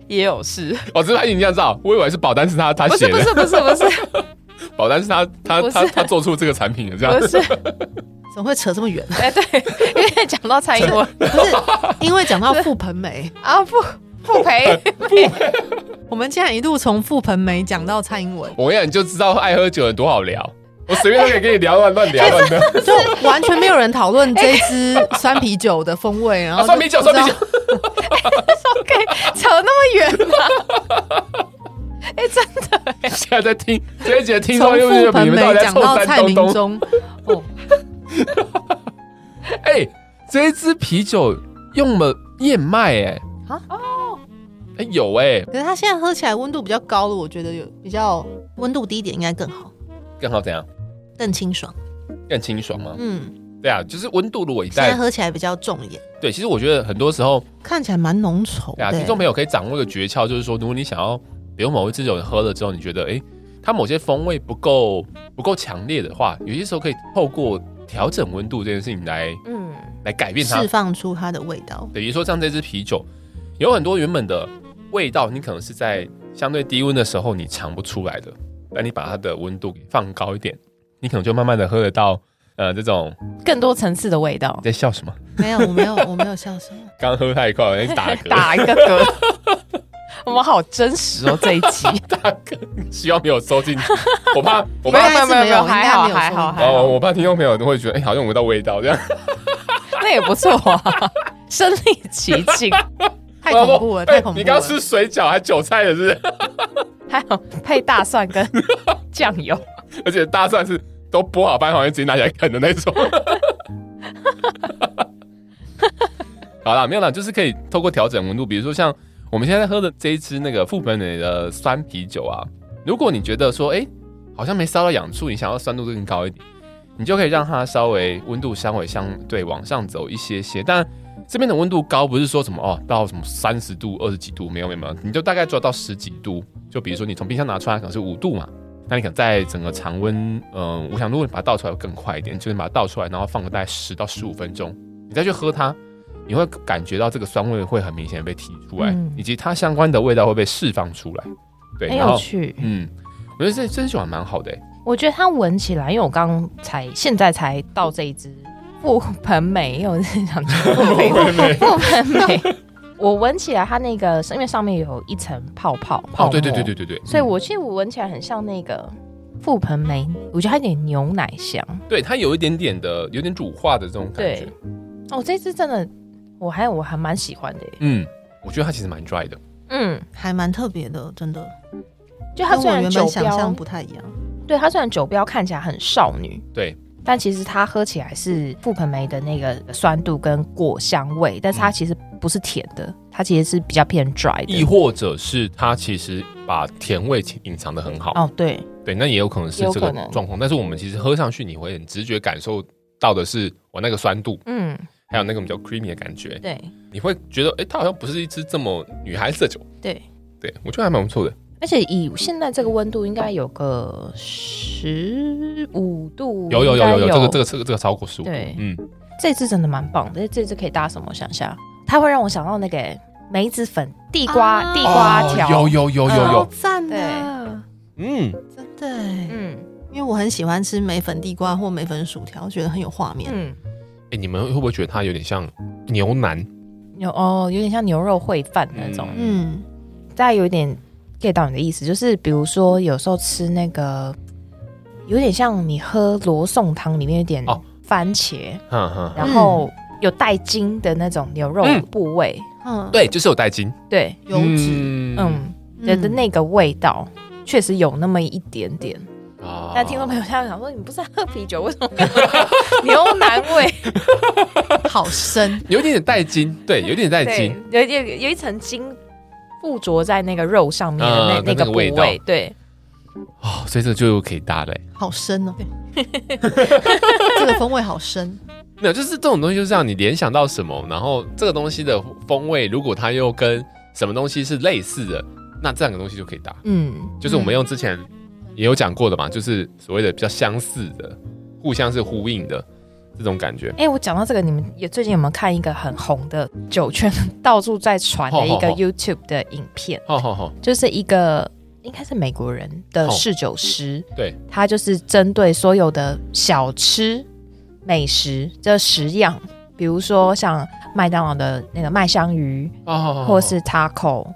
也有事，哦，这是拍形象照，我以为是保单是他他不是写不的，是不是不是保单是他他不是他他做出这个产品的这样 <laughs> 不。是， <laughs> 怎么会扯这么远？ <laughs> 哎对，因为讲到蔡英文不是因为讲到傅盆梅，啊不不赔，我们竟然一路从傅盆梅讲到蔡英 <laughs> 文，我跟你讲，你就知道爱喝酒的多好聊，我随便都可以跟你聊乱乱聊乱的。 <laughs> 就完全没有人讨论这支酸啤酒的风味，然后啊酸啤酒就不知道酸啤 <laughs> 可以扯那么远吗？哎、真的哎、现在在听这一节听从众又觉傅得盆你们梅到底在讲臭到山蔡东明东。忠，哎、这一支啤酒用了燕麦、哎，啊哦，哎、有哎、可是它现在喝起来温度比较高了，我觉得有比较温度低一点应该更好，更好怎样？更清爽。更清爽吗？嗯，对啊，就是温度如果一现在旦喝起来比较重一点，对，其实我觉得很多时候，看起来蛮浓稠对啊，的、欸听众朋友可以掌握一个诀窍，就是说，如果你想要，比如某一支酒你喝了之后，你觉得哎、它某些风味不够不够强烈的话，有些时候可以透过调整温度这件事情来嗯，来改变它释放出它的味道。等于说像这支啤酒，有很多原本的味道，你可能是在相对低温的时候你尝不出来的，但你把它的温度给放高一点，你可能就慢慢的喝得到。呃，这种 <laughs> 更多层次的味道你，在笑什么？没有，我没有，我没有笑声。 <laughs> 刚喝太快，我在打嗝， <laughs> 打一个嗝。 <laughs> 我们好真实哦，这一集打嗝， <laughs> 希望没有收进去，我怕，我没有怕，没有没有没有，应该还是好没有还好收还哦，好，我怕听众朋友都会觉得，哎、好像闻到味道这样。 <laughs> 那也不错啊，身临其境，太恐怖了，哎太恐怖了！你刚刚吃水饺还韭菜的是不 <laughs> 是？还好配大蒜跟酱油，而且大蒜是都剥好半，好像直接拿起来啃的那种。 <laughs> 好啦，没有啦，就是可以透过调整温度，比如说像我们现在喝的这一支那个副本里的酸啤酒啊，如果你觉得说，哎、好像没烧到痒处，你想要酸度更高一点，你就可以让它稍微温度稍微相对往上走一些些。但这边的温度高不是说什么哦到什么三十度、二十几度，没有没有没有，你就大概抓到十几度。就比如说你从冰箱拿出来可能是五度嘛，那你可能在整个常温，嗯、我想如果你把它倒出来会更快一点，就是你把它倒出来，然后放个大概十到十五分钟，你再去喝它，你会感觉到这个酸味会很明显地被提出来，嗯以及它相关的味道会被释放出来。对，很然有后趣。嗯，我觉得这这酒还蛮好的、欸，我觉得它闻起来，因为我刚才现在才到这一支覆盆梅，因为我是想说覆盆梅，覆盆梅。我闻起来它那个，因为上面有一层泡泡泡哦，沫，对对对对对对，所以嗯我其实我闻起来很像那个覆盆梅，我觉得它有点牛奶香。嗯对它有一点点的有点乳化的这种感觉对，，哦，这支真的，我还我还蛮喜欢的耶。嗯，我觉得它其实蛮 dry 的，嗯， <laughs> 还蛮特别的，真的，就它跟虽我然原酒本想象标，不太一样。对它虽然酒标看起来很少女，对，但其实它喝起来是覆盆梅的那个酸度跟果香味，但是嗯它其实不是甜的，它其实是比较偏 dry 亦的。或者是它其实把甜味隐藏的很好，哦，对，对，那也有可能是有这可个能状况。但是我们其实喝上去，你会很直觉感受到的是我那个酸度，嗯，还有那个比较 creamy 的感觉，对你会觉得，哎、它好像不是一支这么女孩子的酒。对。对，我觉得还蛮不错的。而且以现在这个温度，应该有个十五度，有有有有有，这个这个个，这个这个超过十五。对，嗯，这支真的蛮棒的，这支可以搭什么？我想一下，它会让我想到那个梅子粉、地瓜、啊地瓜条，哦有有有有嗯好有，赞的，嗯，真的耶。嗯因为我很喜欢吃梅粉地瓜或梅粉薯条，觉得很有画面。嗯，哎，你们会不会觉得它有点像牛腩？有哦，有点像牛肉烩饭那种，嗯，大概有一点 get 到你的意思，就是比如说有时候吃那个，有点像你喝罗宋汤里面有点哦番茄，哈哈，然后有带筋的那种牛肉嗯部位，嗯，对，就是有带筋，对，油脂，嗯嗯，嗯觉得那个味道。确实有那么一点点，啊但听众朋友现在想说，你不是喝啤酒，为什么 <laughs> 牛腩味？好深，有一点点带筋，对，有一点点带对筋，，有有有一层筋附着在那个肉上面的那、嗯那那个个部味道位，对，哦，所以这个就可以搭嘞。好深哦， <laughs> 这个风味好深，没有，就是这种东西就是让你联想到什么，然后这个东西的风味，如果它又跟什么东西是类似的，那这两个东西就可以搭。嗯，就是我们用之前也有讲过的嘛，就是所谓的比较相似的，互相是呼应的这种感觉。哎、我讲到这个，你们也最近有没有看一个很红的酒圈到处在传的一吼吼个吼 YouTube 的影片？好好好，就是一个应该是美国人的吼侍酒师，对，他就是针对所有的小吃美食这十样，比如说像麦当劳的那个麦香鱼，哦好好，或是 taco，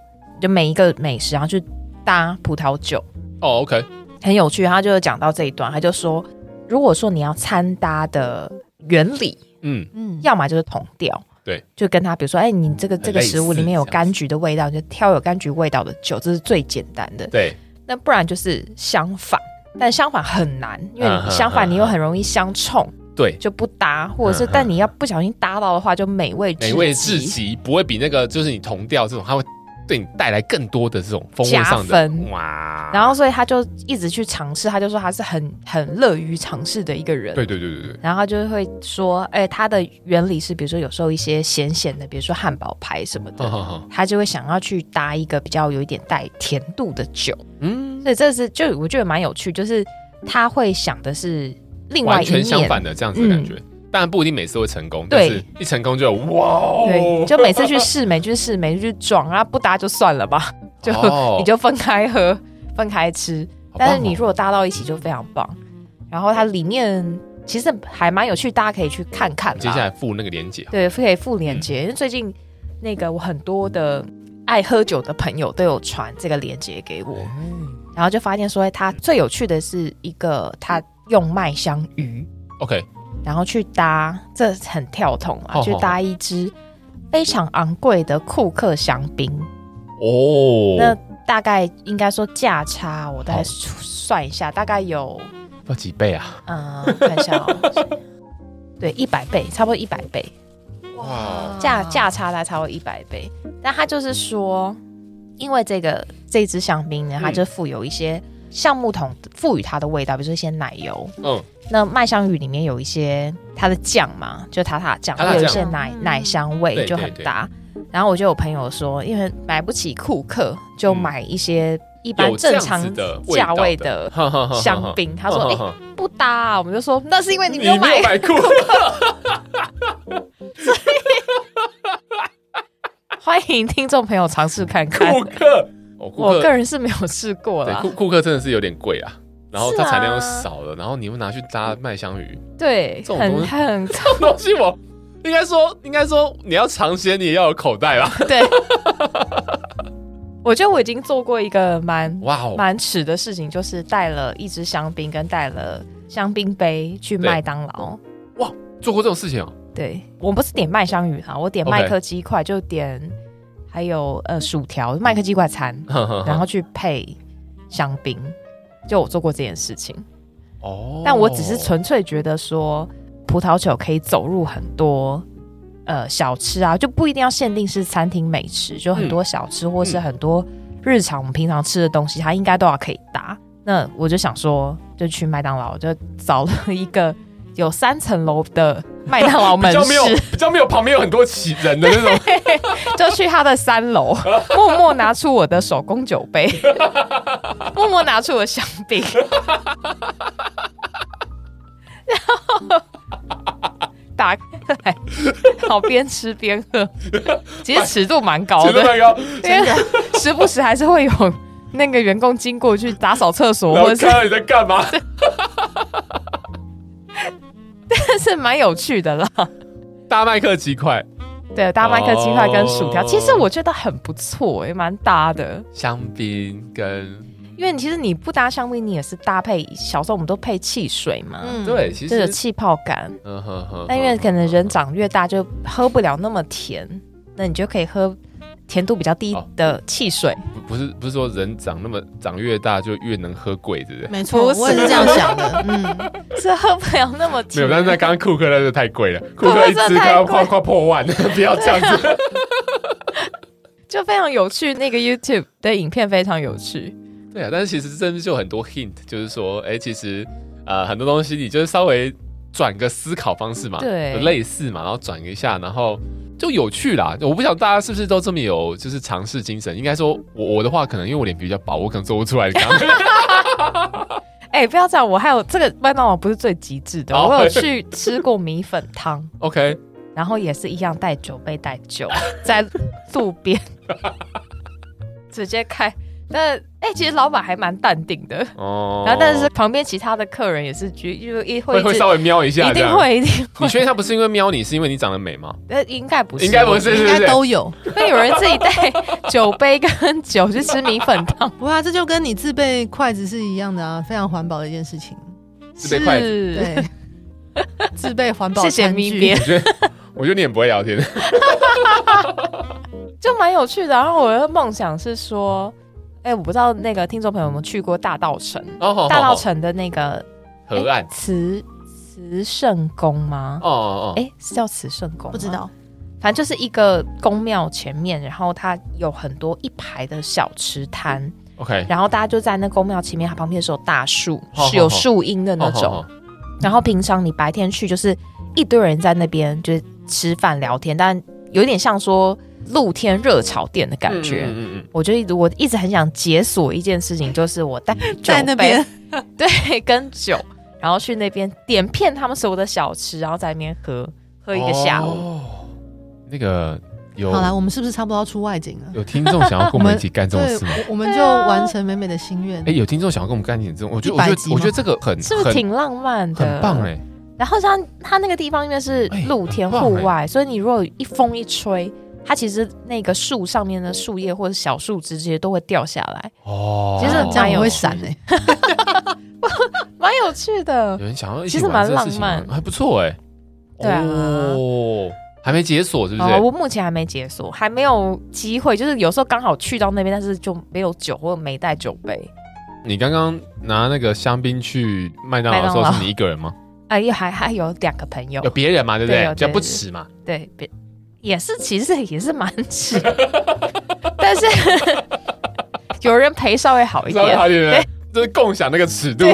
就每一个美食，然后去搭葡萄酒。哦 OK，很有趣，他就讲到这一段，他就说，如果说你要餐搭的原理，嗯，嗯，要么就是同调，对，嗯就跟他比如说，哎，你这个这个类似食物里面有这样柑橘的味道，你就挑有柑橘味道的酒，这是最简单的。对，那不然就是相反，但相反很难，因为嗯哼你相反哼你又哼很容易相冲，对就不搭，或者是嗯哼但你要不小心搭到的话，就美味美味至极，不会比那个就是你同调这种，它会对你带来更多的这种风味上加的分哇。然后所以他就一直去尝试，他就说他是很很乐于尝试的一个人。对对对对对，然后他就会说，哎、它的原理是，比如说有时候一些咸咸的，比如说汉堡排什么好的，好好，他就会想要去搭一个比较有一点带甜度的酒，嗯，所以这是就我觉得蛮有趣，就是他会想的是另外完一全面，嗯相反的这样子的感觉。当然不一定每次会成功，但对是一成功就有哇哦，对，就每次去试，每次去试，每次去撞，啊，不搭就算了吧，就、哦你就分开喝，分开吃，好棒哦 <laughs> 但是你如果搭到一起就非常棒。然后它里面其实还蛮有趣，大家可以去看看啦。接下来附那个连接，对，可以附链接。因为最近那个我很多的爱喝酒的朋友都有传这个链接给我，哎然后就发现说，哎他最有趣的是一个他用麦香鱼， OK，啊然后去搭，这很跳痛啊，哦去搭一支非常昂贵的库克香槟，那哦，大概应该说价差，我大概好算一下，大概有要几倍啊？嗯、呃，看一下 <laughs> 哦。对，一百倍，差不多一百倍，哇，价价差大概超过一百倍。但他就是说，因为这个这支香槟呢，它就富有一些橡木桶赋予它的味道，比如说一些奶油。嗯，那麦香鱼里面有一些它的酱嘛，就塔塔酱，塔塔会有一酱些奶嗯奶香味啊对就很对对搭。然后我就有朋友说，因为买不起库克，就嗯买一些一般有这正样子常的味价道位的的哈哈哈哈香 <laughs> 槟。他说：“哈哎、哈哈不搭、啊。”我们就说：“那是因为你没有你没买有买过， <laughs> 欢迎听众朋友尝试看看。库克，哦，库我个克，人是没有试过对啦库。库克真的是有点贵啊。然后是它啊产量又少了，然后你又拿去搭麦香 <laughs> 鱼，对，这种东很西很这种东西我 <laughs> 应该说，应该说你要尝鲜，你也要有口袋吧？对。 <laughs> 我觉得我已经做过一个蛮哇哦，蛮耻的事情，就是带了一支香槟跟带了香槟杯去对麦当劳。做过这种事情哦，对我不是点麦香鱼哈，我点 OK 麦克鸡块，就点还有呃薯条麦克鸡块餐，然然后去配香槟。就我做过这件事情，哦但我只是纯粹觉得说，葡萄酒可以走入很多呃小吃啊，就不一定要限定是餐厅美食，就很多小吃或是很多日常我们平常吃的东西，它应该都要可以搭。那我就想说，就去麦当劳，就找了一个有三层楼的麦当 <laughs> 劳比门较没有市，比较没有旁边有很多奇人的那种，就去它的三 <laughs> 楼，默默拿出我的手工酒杯，默默拿出我的香槟， <laughs> 然后打开来，好边吃边 <laughs> 喝，其实尺度蛮高觉得的，蛋糕，因为时不时还是会有那个员工经过去打扫厕所，然后或者看是到你在干嘛？但是蛮有趣的啦。大麦克鸡块， <laughs> 对，啊大麦克鸡块跟薯条，哦其实我觉得很不错、也蛮搭的。香槟跟因为其实你不搭香槟，你也是搭配小时候我们都配汽水嘛，嗯，对，其就有实气泡感。嗯哼哼，但因为可能人长越大，就喝不了那么甜，那你就可以喝甜度比较低哦的汽水。 <laughs> 不不是不是说人长那么长越大就越能喝贵，对不对？没错，不是我也是这样想 <laughs> 的，嗯，是喝不了那么没甜。有，但是在刚刚库克那个太 <laughs> 啊贵了，库克一真的支太快要贵快快破万， <laughs> 不要这样子。就非常有趣。那个 YouTube 的影片非常有趣， <laughs> 对啊，但是其实这边就有很多 hint，就是说，哎、其实呃很多东西你就是稍微转个思考方式嘛，对类似嘛，然后转一下，然后就有趣啦。我不晓得大家是不是都这么有就是尝试精神。应该说我我的话，可能因为我脸皮比较薄，我可能做不出来刚刚哎、不要这样，我还有这个麦当劳不是最极致的，哦我有去吃过米粉汤， <laughs> OK，然后也是一样带酒杯带酒，在路边直接开。但哎、其实老板还蛮淡定的，哦、 <laughs> 然后但是旁边其他的客人也是觉就一会会一会直稍微瞄一下，一定。会一定你会，确定他不是因为瞄你，是因为你长得美吗？呃，应该不是，应该不是，应是不该是？都 <laughs> 有。那有人自己带酒杯跟酒去吃米粉汤，不啊，这就跟你自备筷子是一样的啊，非常环保的一件事情。自备筷子是， <laughs> 对，自备环保谢谢餐咪具边，我觉得，我觉得你也不会聊天。 <laughs> 就蛮有趣的。然后我的梦想是说，哎、我不知道那个听众朋友有没有去过大道城，哦，好大好道好城的那个河岸哎。慈慈圣宫吗？哦哦哎、是叫慈圣宫？不知，道，反正就是一个宫庙前面，然后它有很多一排的小吃摊，哦，OK，然后大家就在那宫庙前面，它旁边是有大树，好是有好好树荫的那哦种。然后平常你白天去就是一堆人在那边就是吃饭聊天，但有点像说露天热炒店的感觉。嗯嗯嗯我就一直我一直很想解锁一件事情，就是我带酒在那杯边对跟酒，然后去那边点遍他们所有的小吃，然后在那边喝喝一个下午。哦那个有好啦，我们是不是差不多要出外景了？有听众想要跟我们一起干这种 <laughs> 对，事吗？我我们对就啊完成美美的心愿哎、。有听众想要跟我们干点这种，我觉得我100觉得集吗我觉得这个很是不是很挺浪漫的？很棒哎、然后像它那个地方因为是哎露天很棒户哎外，所以你如果一风一吹，它其实那个树上面的树叶或者小树枝这些都会掉下来，哦其实很这样蛮有我会趣闪哎，蛮有趣的有。人想要一其起实玩蛮这个事情吗浪漫还不错哎、对啊哦，还没解锁是不是？哦，我目前还没解锁，还没有机会。就是有时候刚好去到那边，但是就没有酒或者没带酒杯。你刚刚拿那个香槟去麦当劳的时麦候，当劳是你一个人吗？哎，也还还有两个朋友有，别人嘛，对不对对？有比较别不人耻嘛。对，别也是，其实也是蛮迟， <laughs> 但是有人陪稍微好一稍微点。好一点，就是共享那个尺度。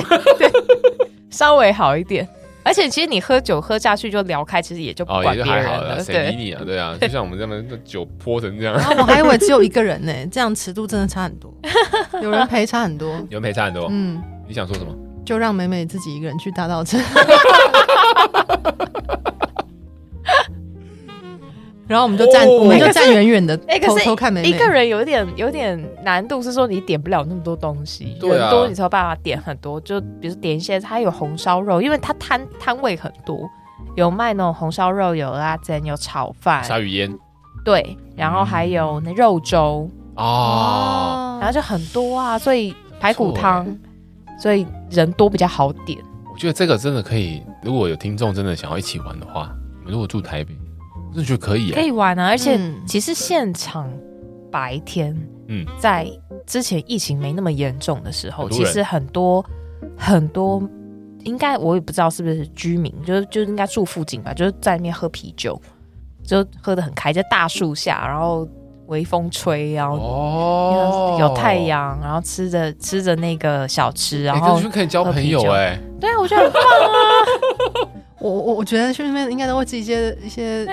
稍微好一点。而且其实你喝酒喝下去就聊开，其实也就不哦，管也别就人还好了。了，谁理对，你啊？对 <laughs> 啊，就像我们这么那酒泼成这样，然啊后我还以为只有一个人呢，这样尺度真的差很 <laughs> 多，有人陪差很多。有没有差很多？嗯，你想说什么？就让美美自己一个人去大道城。 <laughs> 然后我们就站，哦我们就站远远的哎，可偷是偷看美美。一个人有点有点难度，是说你点不了那么多东西，对啊人多你才有办法点很多。就比如点一些，它有红烧肉，因为它摊摊位很多，有卖那种红烧肉，有拉煎，有炒饭，鲨鱼烟对，然后还有那肉粥，哦，然后就很多啊，所以嗯排骨不错汤，所以人多比较好点。我觉得这个真的可以，如果有听众真的想要一起玩的话，你们如果住台北，我真的觉得可以耶。可以玩啊，而且嗯其实现场白天，嗯嗯，在之前疫情没那么严重的时候，很多哦其人实很多很多，应该我也不知道是不是居民，就是就应该住附近吧，就是在那边喝啤酒，就喝得很开，在大树下，然后微风吹，然后哦有太，阳，然后吃着吃着那个小吃，然哎后、跟就可以交朋友喝啤酒 <laughs> 哎，对啊，我觉 <laughs> 得很棒我我我觉得去那边应该都会记一些一些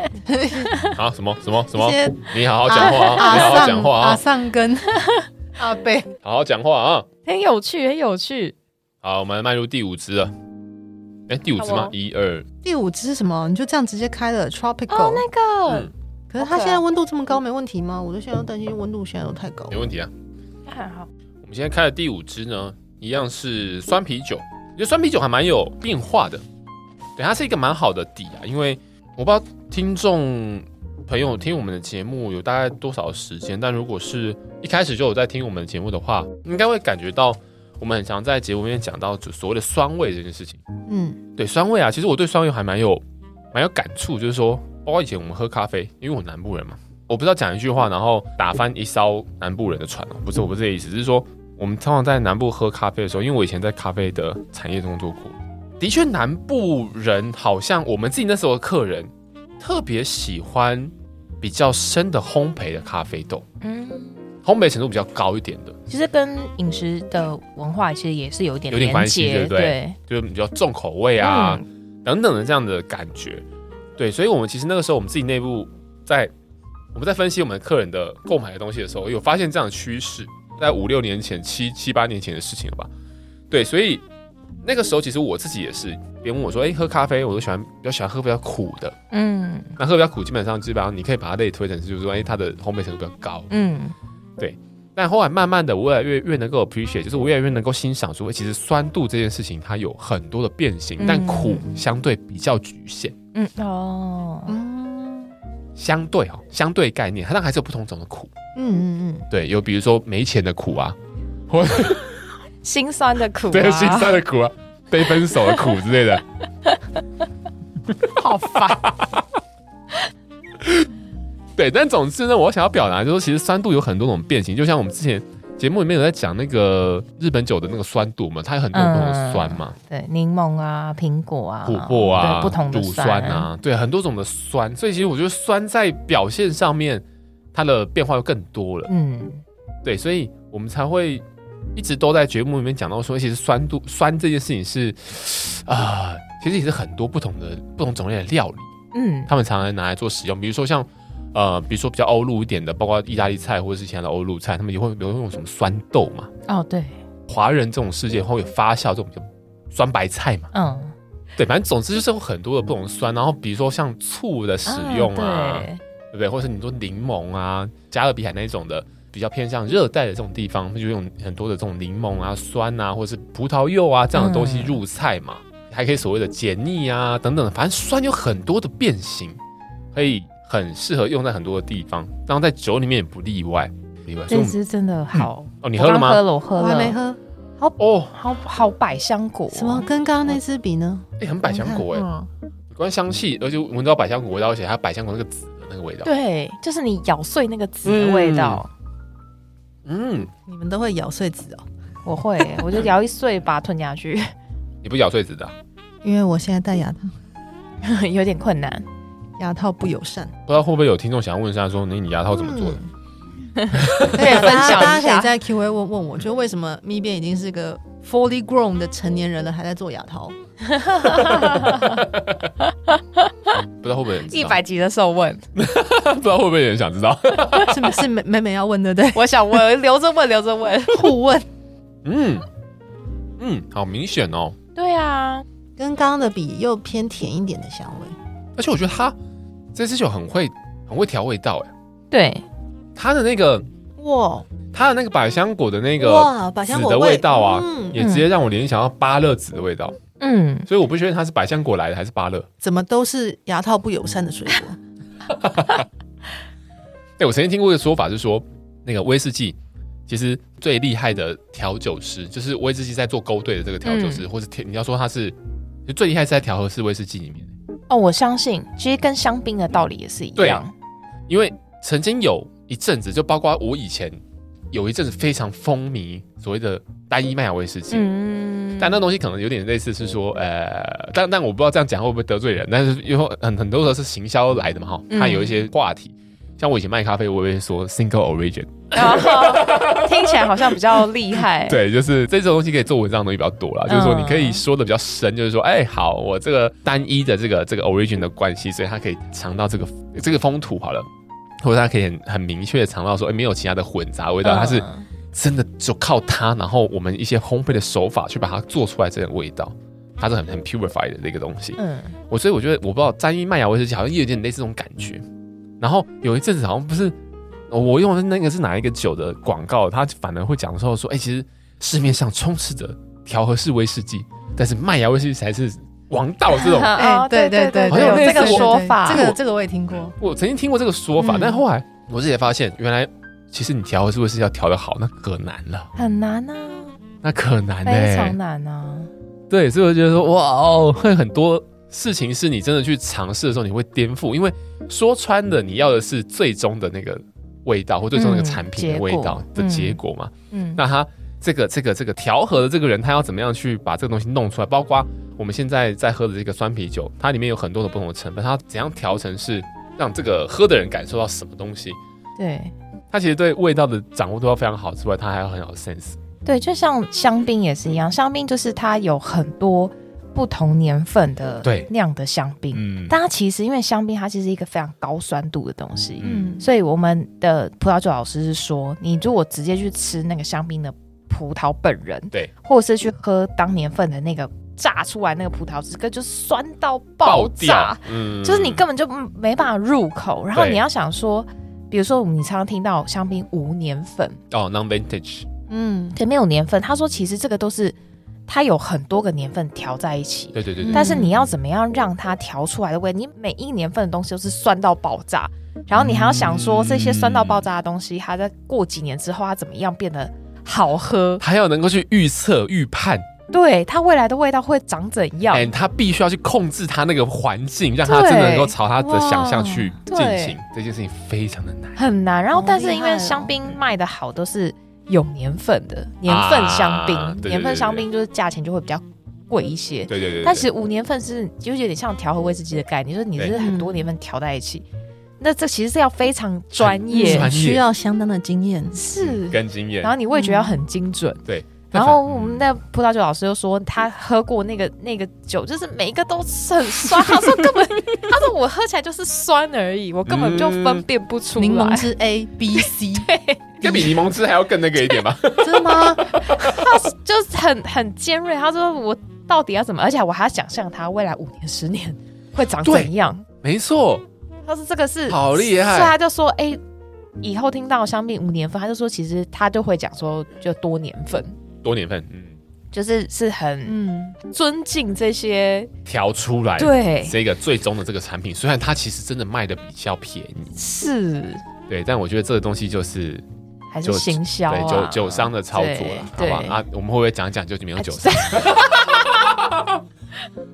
啊什么什么什一么，些你好好阿讲话啊，你好好 <laughs> 阿讲尚话阿啊，尚跟 <laughs> 阿贝。好好讲话啊。很有趣，很有趣。好，我们迈入第五支了。哎，第五支好吗哦？一二，第五只是什么？你就这样直接开了 tropical？、哦，那个、嗯可是它现在温度这么高，没问题吗？我就现在担心温度现在都太高没。问题啊。嗯还好，我们现在开的第五支呢，一样是酸啤酒。我觉得酸啤酒还蛮有变化的，对，它是一个蛮好的底啊。因为我不知道听众朋友听我们的节目有大概多少时间，但如果是一开始就有在听我们的节目的话，应该会感觉到我们很常在节目里面讲到就所谓的酸味这件事情。嗯，对酸味啊，其实我对酸味还蛮有蛮有感触，就是说，包括以前我们喝咖啡，因为我南部人嘛，我不知道讲一句话，然后打翻一艘南部人的船哦，不是，我不是这个意思，只是说我们通常在南部喝咖啡的时候，因为我以前在咖啡的产业中做过，的确南部人好像我们自己那时候的客人特别喜欢比较深的烘焙的咖啡豆，嗯，烘焙程度比较高一点的，其实跟饮食的文化其实也是有一点有点连关系接，对不对就是比较重口味啊、等等的这样的感觉。对，所以我们其实那个时候我们自己内部在我们在分析我们客人的购买的东西的时候，有发现这样的趋势，在五六年前、七七八年前的事情了吧？对，所以那个时候其实我自己也是，别人问我说：“哎、喝咖啡，我都喜欢比较喜欢喝比较苦的。嗯”那喝比较苦，基本上基本上你可以把它类推成是就是说，哎、它的烘焙程度比较高。嗯但后来慢慢的，我越来越越能够 appreciate，就是我越来越能够欣赏说，诶其实酸度这件事情它有很多的变形，嗯但苦相对比较局限，嗯哦，嗯相对哦，相对概念，它当然还是有不同种的苦，嗯嗯嗯，对，有比如说没钱的苦啊，心酸的苦、啊，对，有心酸的苦 <laughs> 啊，被分手的苦之类的，好烦。 <laughs> 对。但总之呢，我想要表达就是，其实酸度有很多种变形，就像我们之前节目里面有在讲那个日本酒的那个酸度嘛，它有很多种不同的酸嘛，对，柠檬啊，苹果啊，琥珀对啊，不同的乳酸，啊，对，很多种的酸，所以其实我觉得酸在表现上面，它的变化又更多了。嗯对，所以我们才会一直都在节目里面讲到说，其实酸度酸这件事情是啊、其实也是很多不同的不同种类的料理，嗯他们常常拿来做使用，比如说像。呃，比如说比较欧陆一点的，包括意大利菜或者是其他的欧陆菜，他们也会比如用什么酸豆嘛，哦对，华人这种世界会有发酵这种比较酸白菜嘛，啊嗯对，反正总之就是有很多的不同的酸，然后比如说像醋的使用啊，对对不对？或者是你说柠檬啊、加勒比海那一种的，比较偏向热带的这种地方，就用很多的这种柠檬啊、酸啊，或者是葡萄柚啊这样的东西嗯入菜嘛，还可以所谓的解腻啊等等的，反正酸有很多的变形，可以很适合用在很多的地方，当然在酒里面也不例外。例外，所以这我们支真的好，哦，你你喝了喝吗？了，我喝我了，还没，喝，哦，好好百香果哦，什么跟刚刚那支比呢？哎，很百香果哎，嗯关于香气，而且闻到百香果味道，而且还有百香果那个籽的那个味道，对，就是你咬碎那个籽的味道。嗯，你们都会咬碎籽哦，我会，我就咬一碎把它吞下去， <laughs> 你不咬碎籽的啊、因为我现在戴牙套，有点困难。牙套不友善。不知道会不会有听众想要问一下说，哎你你牙套怎么做的？嗯可以分享一下大家可以在 Q A 问问我，就为什么咪变已经是个 fully grown 的成年人了，还在做牙套？不知道会不会有人知一道？ <laughs> 百集的时候问，不知道会不会有人想知道？ <laughs> 是不是美美美要问对不对？我想问，留着问，留着问。互问，嗯嗯，好明显哦。 <laughs> 对啊， <laughs> 跟刚刚的比又偏甜一点的香味。而且我觉得他这支酒很会很会调味道，哎，对，它的那个哇，它的那个百香果的那个哇，百香籽果的味道啊，嗯，也直接让我联想到芭乐籽的味道，嗯，所以我不确定它是百香果来的还是芭乐。怎么都是牙套不友善的水果？哎，我曾经听过一个说法是说，那个威士忌其实最厉害的调酒师就是威士忌在做勾兑的这个调酒嗯师，或是调你要说他是就最厉害是在调和式威士忌里面。哦，我相信，其实跟香槟的道理也是一对样。因为曾经有一阵子，就包括我以前有一阵子非常风靡所谓的单一麦芽威士忌，嗯，但那东西可能有点类似是说，呃，但但我不知道这样讲会不会得罪人，但是因为很很多时候是行销来的嘛，哈，嗯它有一些话题，像我以前卖咖啡，我也会说 single origin，然后哦 <laughs> 听起来好像比较厉 <laughs> 害。对，就是这种东西可以做文章的东西比较多啦，就是说你可以说的比较深，就是说，哎，好，我这个单一的这个这个 origin 的关系，所以它可以尝到这个这个风土好了，或者它可以很很明确的尝到说，哎，没有其他的混杂味道，它是嗯真的就靠它，然后我们一些烘焙的手法去把它做出来这个味道。它是很很 purified 的一个东西，嗯，。我所以我觉得我不知道单一麦芽威士忌好像也有点类似这种感觉。然后有一阵子好像不是哦我用的那个是哪一个酒的广告，它反而会讲说说，哎、其实市面上充斥着调和式威士忌，但是麦芽威士忌才是王道这种 <laughs> 哎哦对对对好对，像有类这似个说法，这个这个我也听过。我曾经听过这个说法，嗯但后来我自己也发现，原来其实你调和式威士忌要调得好，那可难了，很难啊，那可难欸嘞、非常难啊。对，所以我觉得说，哇哦，会很多事情是你真的去尝试的时候，你会颠覆，因为说穿的，你要的是最终的那个味道，或最终那个嗯产品的结味果道的嗯结果嘛。嗯，那他这个这个这个调和的这个人，他要怎么样去把这个东西弄出来？包括我们现在在喝的这个酸啤酒，它里面有很多的不同的成分，它怎样调成是让这个喝的人感受到什么东西？对，它其实对味道的掌握度要非常好之外，它还要很好的 sense。对，就像香槟也是一样，香槟就是它有很多不同年份的对酿的香槟，嗯，但它其实因为香槟它其实是一个非常高酸度的东西，嗯，所以我们的葡萄酒老师是说，你如果直接去吃那个香槟的葡萄本人，对，或者是去喝当年份的那个榨出来那个葡萄汁，根本就酸到爆爆炸，掉，嗯就是你根本就嗯没办法入口。然后对你要想说，比如说你常常听到香槟无年份，哦 non vintage，嗯，对，没有年份。他说其实这个都是它有很多个年份调在一起。对对嗯对对，但是你要怎么样让它调出来的味？你每一年份的东西都是酸到爆炸，然后你还要想说这些酸到爆炸的东西，它在过几年之后它怎么样变得好喝？它要能够去预测预判，对，哎它未来的味道会长怎样哎、？它必须要去控制它那个环境，让它真的能够朝它的想象去进行，这件事情非常的难。很难。然后好，但是厉因害为哦香槟卖的好都是有年份的，年份香槟，啊对对年对份对香槟就是价钱就会比较贵一些。对对对对但是无年份是就有点像调和威士忌的概念，就是你是对嗯很多年份调在一起。那这其实是要非常专嗯业，专业需要相当的经验，是，跟经验然，后你味觉嗯要很精准。对。然后我 <laughs> 们的葡萄酒老师又说，他喝过那个那个酒，就是每一个都是很酸。他说根本， <laughs> 他说我喝起来就是酸而已，我根本就嗯分辨不出来。柠檬汁 A B <laughs> C，这比柠檬汁还要更那个一点吧？真的吗？就是很很尖锐。他说我到底要怎么？而且我还要想象他未来五年、十年会长怎样。 <laughs> 没错，他说这个是好厉害所以他就说，哎、以后听到香槟五年份，他就说其实他就会讲说就多年份，多年份，嗯，就是是很嗯，尊敬这些调出来对这个最终的这个产品，虽然它其实真的卖的比较便宜，是对，但我觉得这个东西就是还是就行销、啊、对酒酒商的操作了，好对啊吧？啊，我们会不会讲一讲就没有酒 <laughs> 商？ <laughs>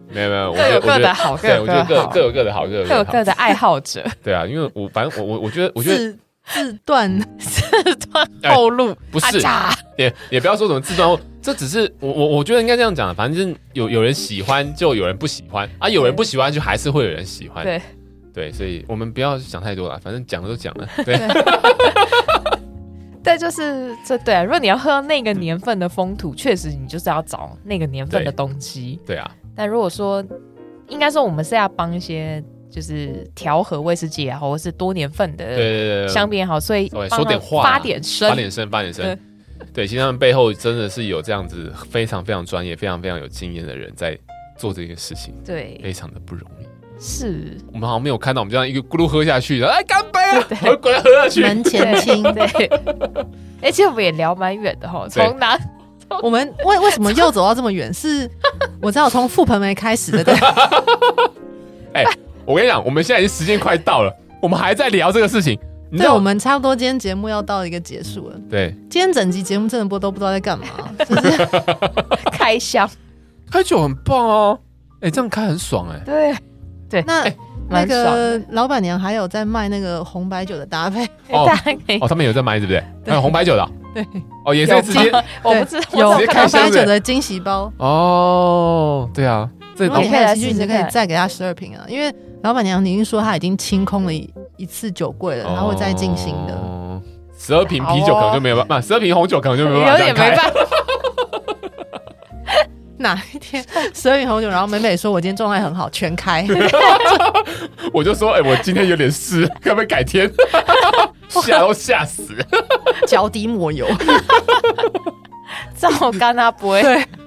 没有没有，我各觉有得各的好，各对，有我觉得各的各好，各有各的好，各有各有好各的爱好者。 <laughs> 对啊，因为我反正我我我觉得，我觉得自自断哎后路不是，啊 <laughs> 也也不要说什么自断，这只是我我我觉得应该这样讲，啊反正就是有有人喜欢就有人不喜欢啊，有人不喜欢就还是会有人喜欢，对对，所以我们不要想太多了，反正讲了都讲了，对，对，就是这对、啊。如果你要喝那个年份的风土，确实你就是要找那个年份的东西。<laughs> 对啊，但如果说，应该说我们是要帮一些就是调和威士忌也好，或是多年份对对的对对，香槟也好，所以稍微帮说点他话发啦点声发。点声发点声对， <laughs> 对，其实他们背后真的是有这样子非常非常专业、非常非常有经验的人在做这件事情，对，非常的不容易。是，我们好像没有看到我们这样一个咕噜喝下去的，哎，干杯啊！我滚喝下去，门前清。对。 <laughs> 哎，其实我们也聊蛮远的哈，对从南我们为为什么又走到这么 <laughs> 远？是我知道从覆盆梅开始的， <laughs> 对，我跟你讲，我们现在已经时间快到了，我们还在聊这个事情。你知对，道我们差不多今天节目要到一个结束了。对今天整集节目真的不都不知道在干嘛，就是开箱，开酒很棒哦，哎，这样开很爽 <laughs> 哎。 <laughs> 对，那哎那蛮爽个的老板娘还有在卖那个红白酒的搭配，哦大家可以哦，，他们有在卖对不对？还有红白酒的哦对，哦，也是直接我不知道，有我直接只开红箱白对不对酒的惊喜包。哦，对啊，这如果你哦还可以有来兴趣，试你试就可以看再给她十二瓶啊，因为老板娘已经说她已经清空了一一次酒柜哦了，她会再进行的。的。哦十二瓶啤酒可能就没有办法，十二瓶红酒可能就没有办哦法有这点样没开。办法，哪一天十二瓶红酒，然后美美说：“我今天状态很好，全开。我就说，哎、我今天有点事， <laughs> 可不可以改 <laughs> 天？吓都吓死。”脚底抹 <laughs> 油，照干阿伯，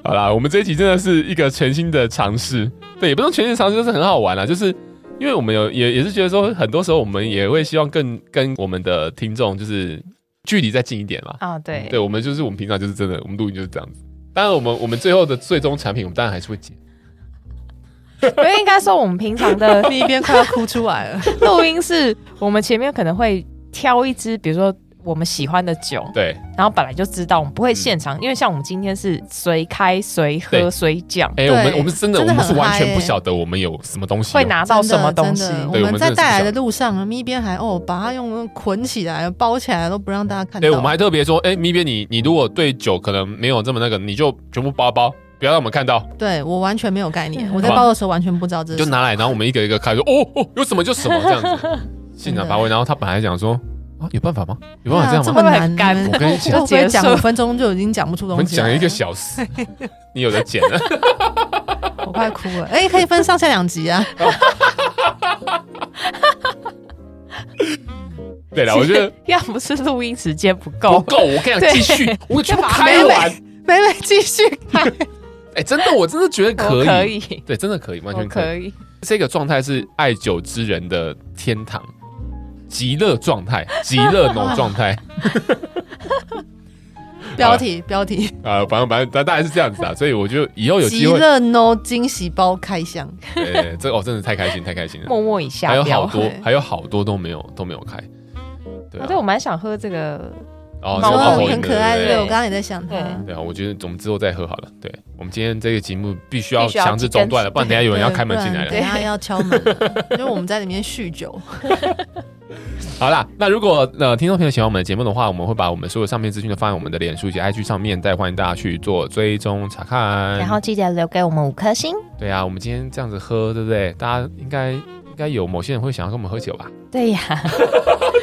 好啦，我们这一集真的是一个全新的尝试，对，也不用全新的尝试，就是很好玩啦，啊就是。因为我们有也也是觉得说，很多时候我们也会希望更跟我们的听众就是距离再近一点啦。啊，对，对，我们就是我们平常就是真的，我们录音就是这样子。当然，我们我们最后的最终产品，我们当然还是会剪。因为应该说我们平常的你一边快要哭出 <laughs> 来了。录音是我们前面可能会挑一支，比如说我们喜欢的酒，对然后本来就知道我们不会现场，因为像我们今天是随开随喝嗯对随讲，哎、对我们我们是真的，真的我们是很完嗨全不欸晓得我们有什么东西、哦会。拿到什么东西真。的真的对我我们们在真的是不带来晓的得路上，咪边还哦，把它用捆起来、包起来，都不让大家看到。对，我们还特别说，哎、咪边，你你如果对酒可能没有这么那个，你就全部包包，不要让我们看到。对我完全没有概念，嗯我在包的时候完全不知道这就是什么。拿来，然后我们一个一个看，说哦哦，有什么就什么这样子，现场发挥。然后他本来想说，啊，有办法吗？有办法这样这吗？么会不会难，很干你们我跟你就讲，会不会结 <laughs> 讲束五分钟就已经讲不出我东们西来讲啊了？了一个小时，你有的剪了。我快哭了。哎，可以分上下两 <laughs> 集啊。对了，我觉得 <laughs> 要不是录音时间不不够，够，我跟你讲，对继续，我全部干嘛开完。美美继续，哎，真的，我真的觉得可我可以，以，对，真的可以，完我全可以。可以。这个状态是爱酒之人的天堂，极乐状态，极乐农状态。标题标题，啊，反正反正大大概是这样子啊，所以我就以后有极机会，乐 no 惊喜包开箱，呃，这个哦，真的太开心，太开心了。默默以还下有标好。多对，还有好多都没有都没有开。对啊啊对，，我蛮想喝这个，哦，猫这个猫头头鹰很鹰可爱对的，对我刚刚也在想对它。对啊，我觉得我们之后再喝好了。对，我们今天这个节目必须要必须要强制中断了，不然等一下有人要开门进来对不了。然等一下要敲门了， <laughs> 因为我们在里面酗酒。好啦，那如果呃听众朋友喜欢我们的节目的话，我们会把我们所有上面资讯都放在我们的脸书以及 IG 上面，再欢迎大家去做追踪查看。然后记得留给我们五颗星。对啊，我们今天这样子喝，对不对？大家应该应该有某些人会想要跟我们喝酒吧？对呀，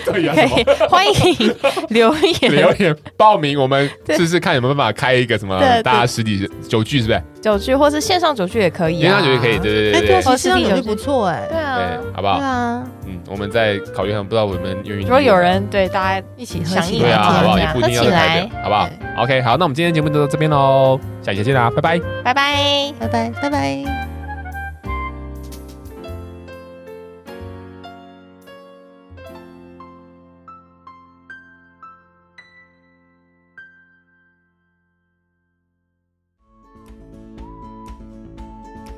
对呀可以欢迎 <laughs> 留言留 <laughs> 言报名，我们试试看有没有办法开一个什么对对大家实体酒聚，是不是？酒局，或是线上酒局也可以因为啊，他觉得可以，对哎，对对对对，啊，其实这样就不错哎。对啊。对，好不对好？啊，嗯，我们再考虑看，不知道我们愿意。如果有人对大家一起喝想起一对来啊，天好不好？哪也不一定要喝起太来远，好不好？OK，好，那我们今天节目就到这边喽，下期再见啦，拜拜。拜拜。拜拜，拜拜。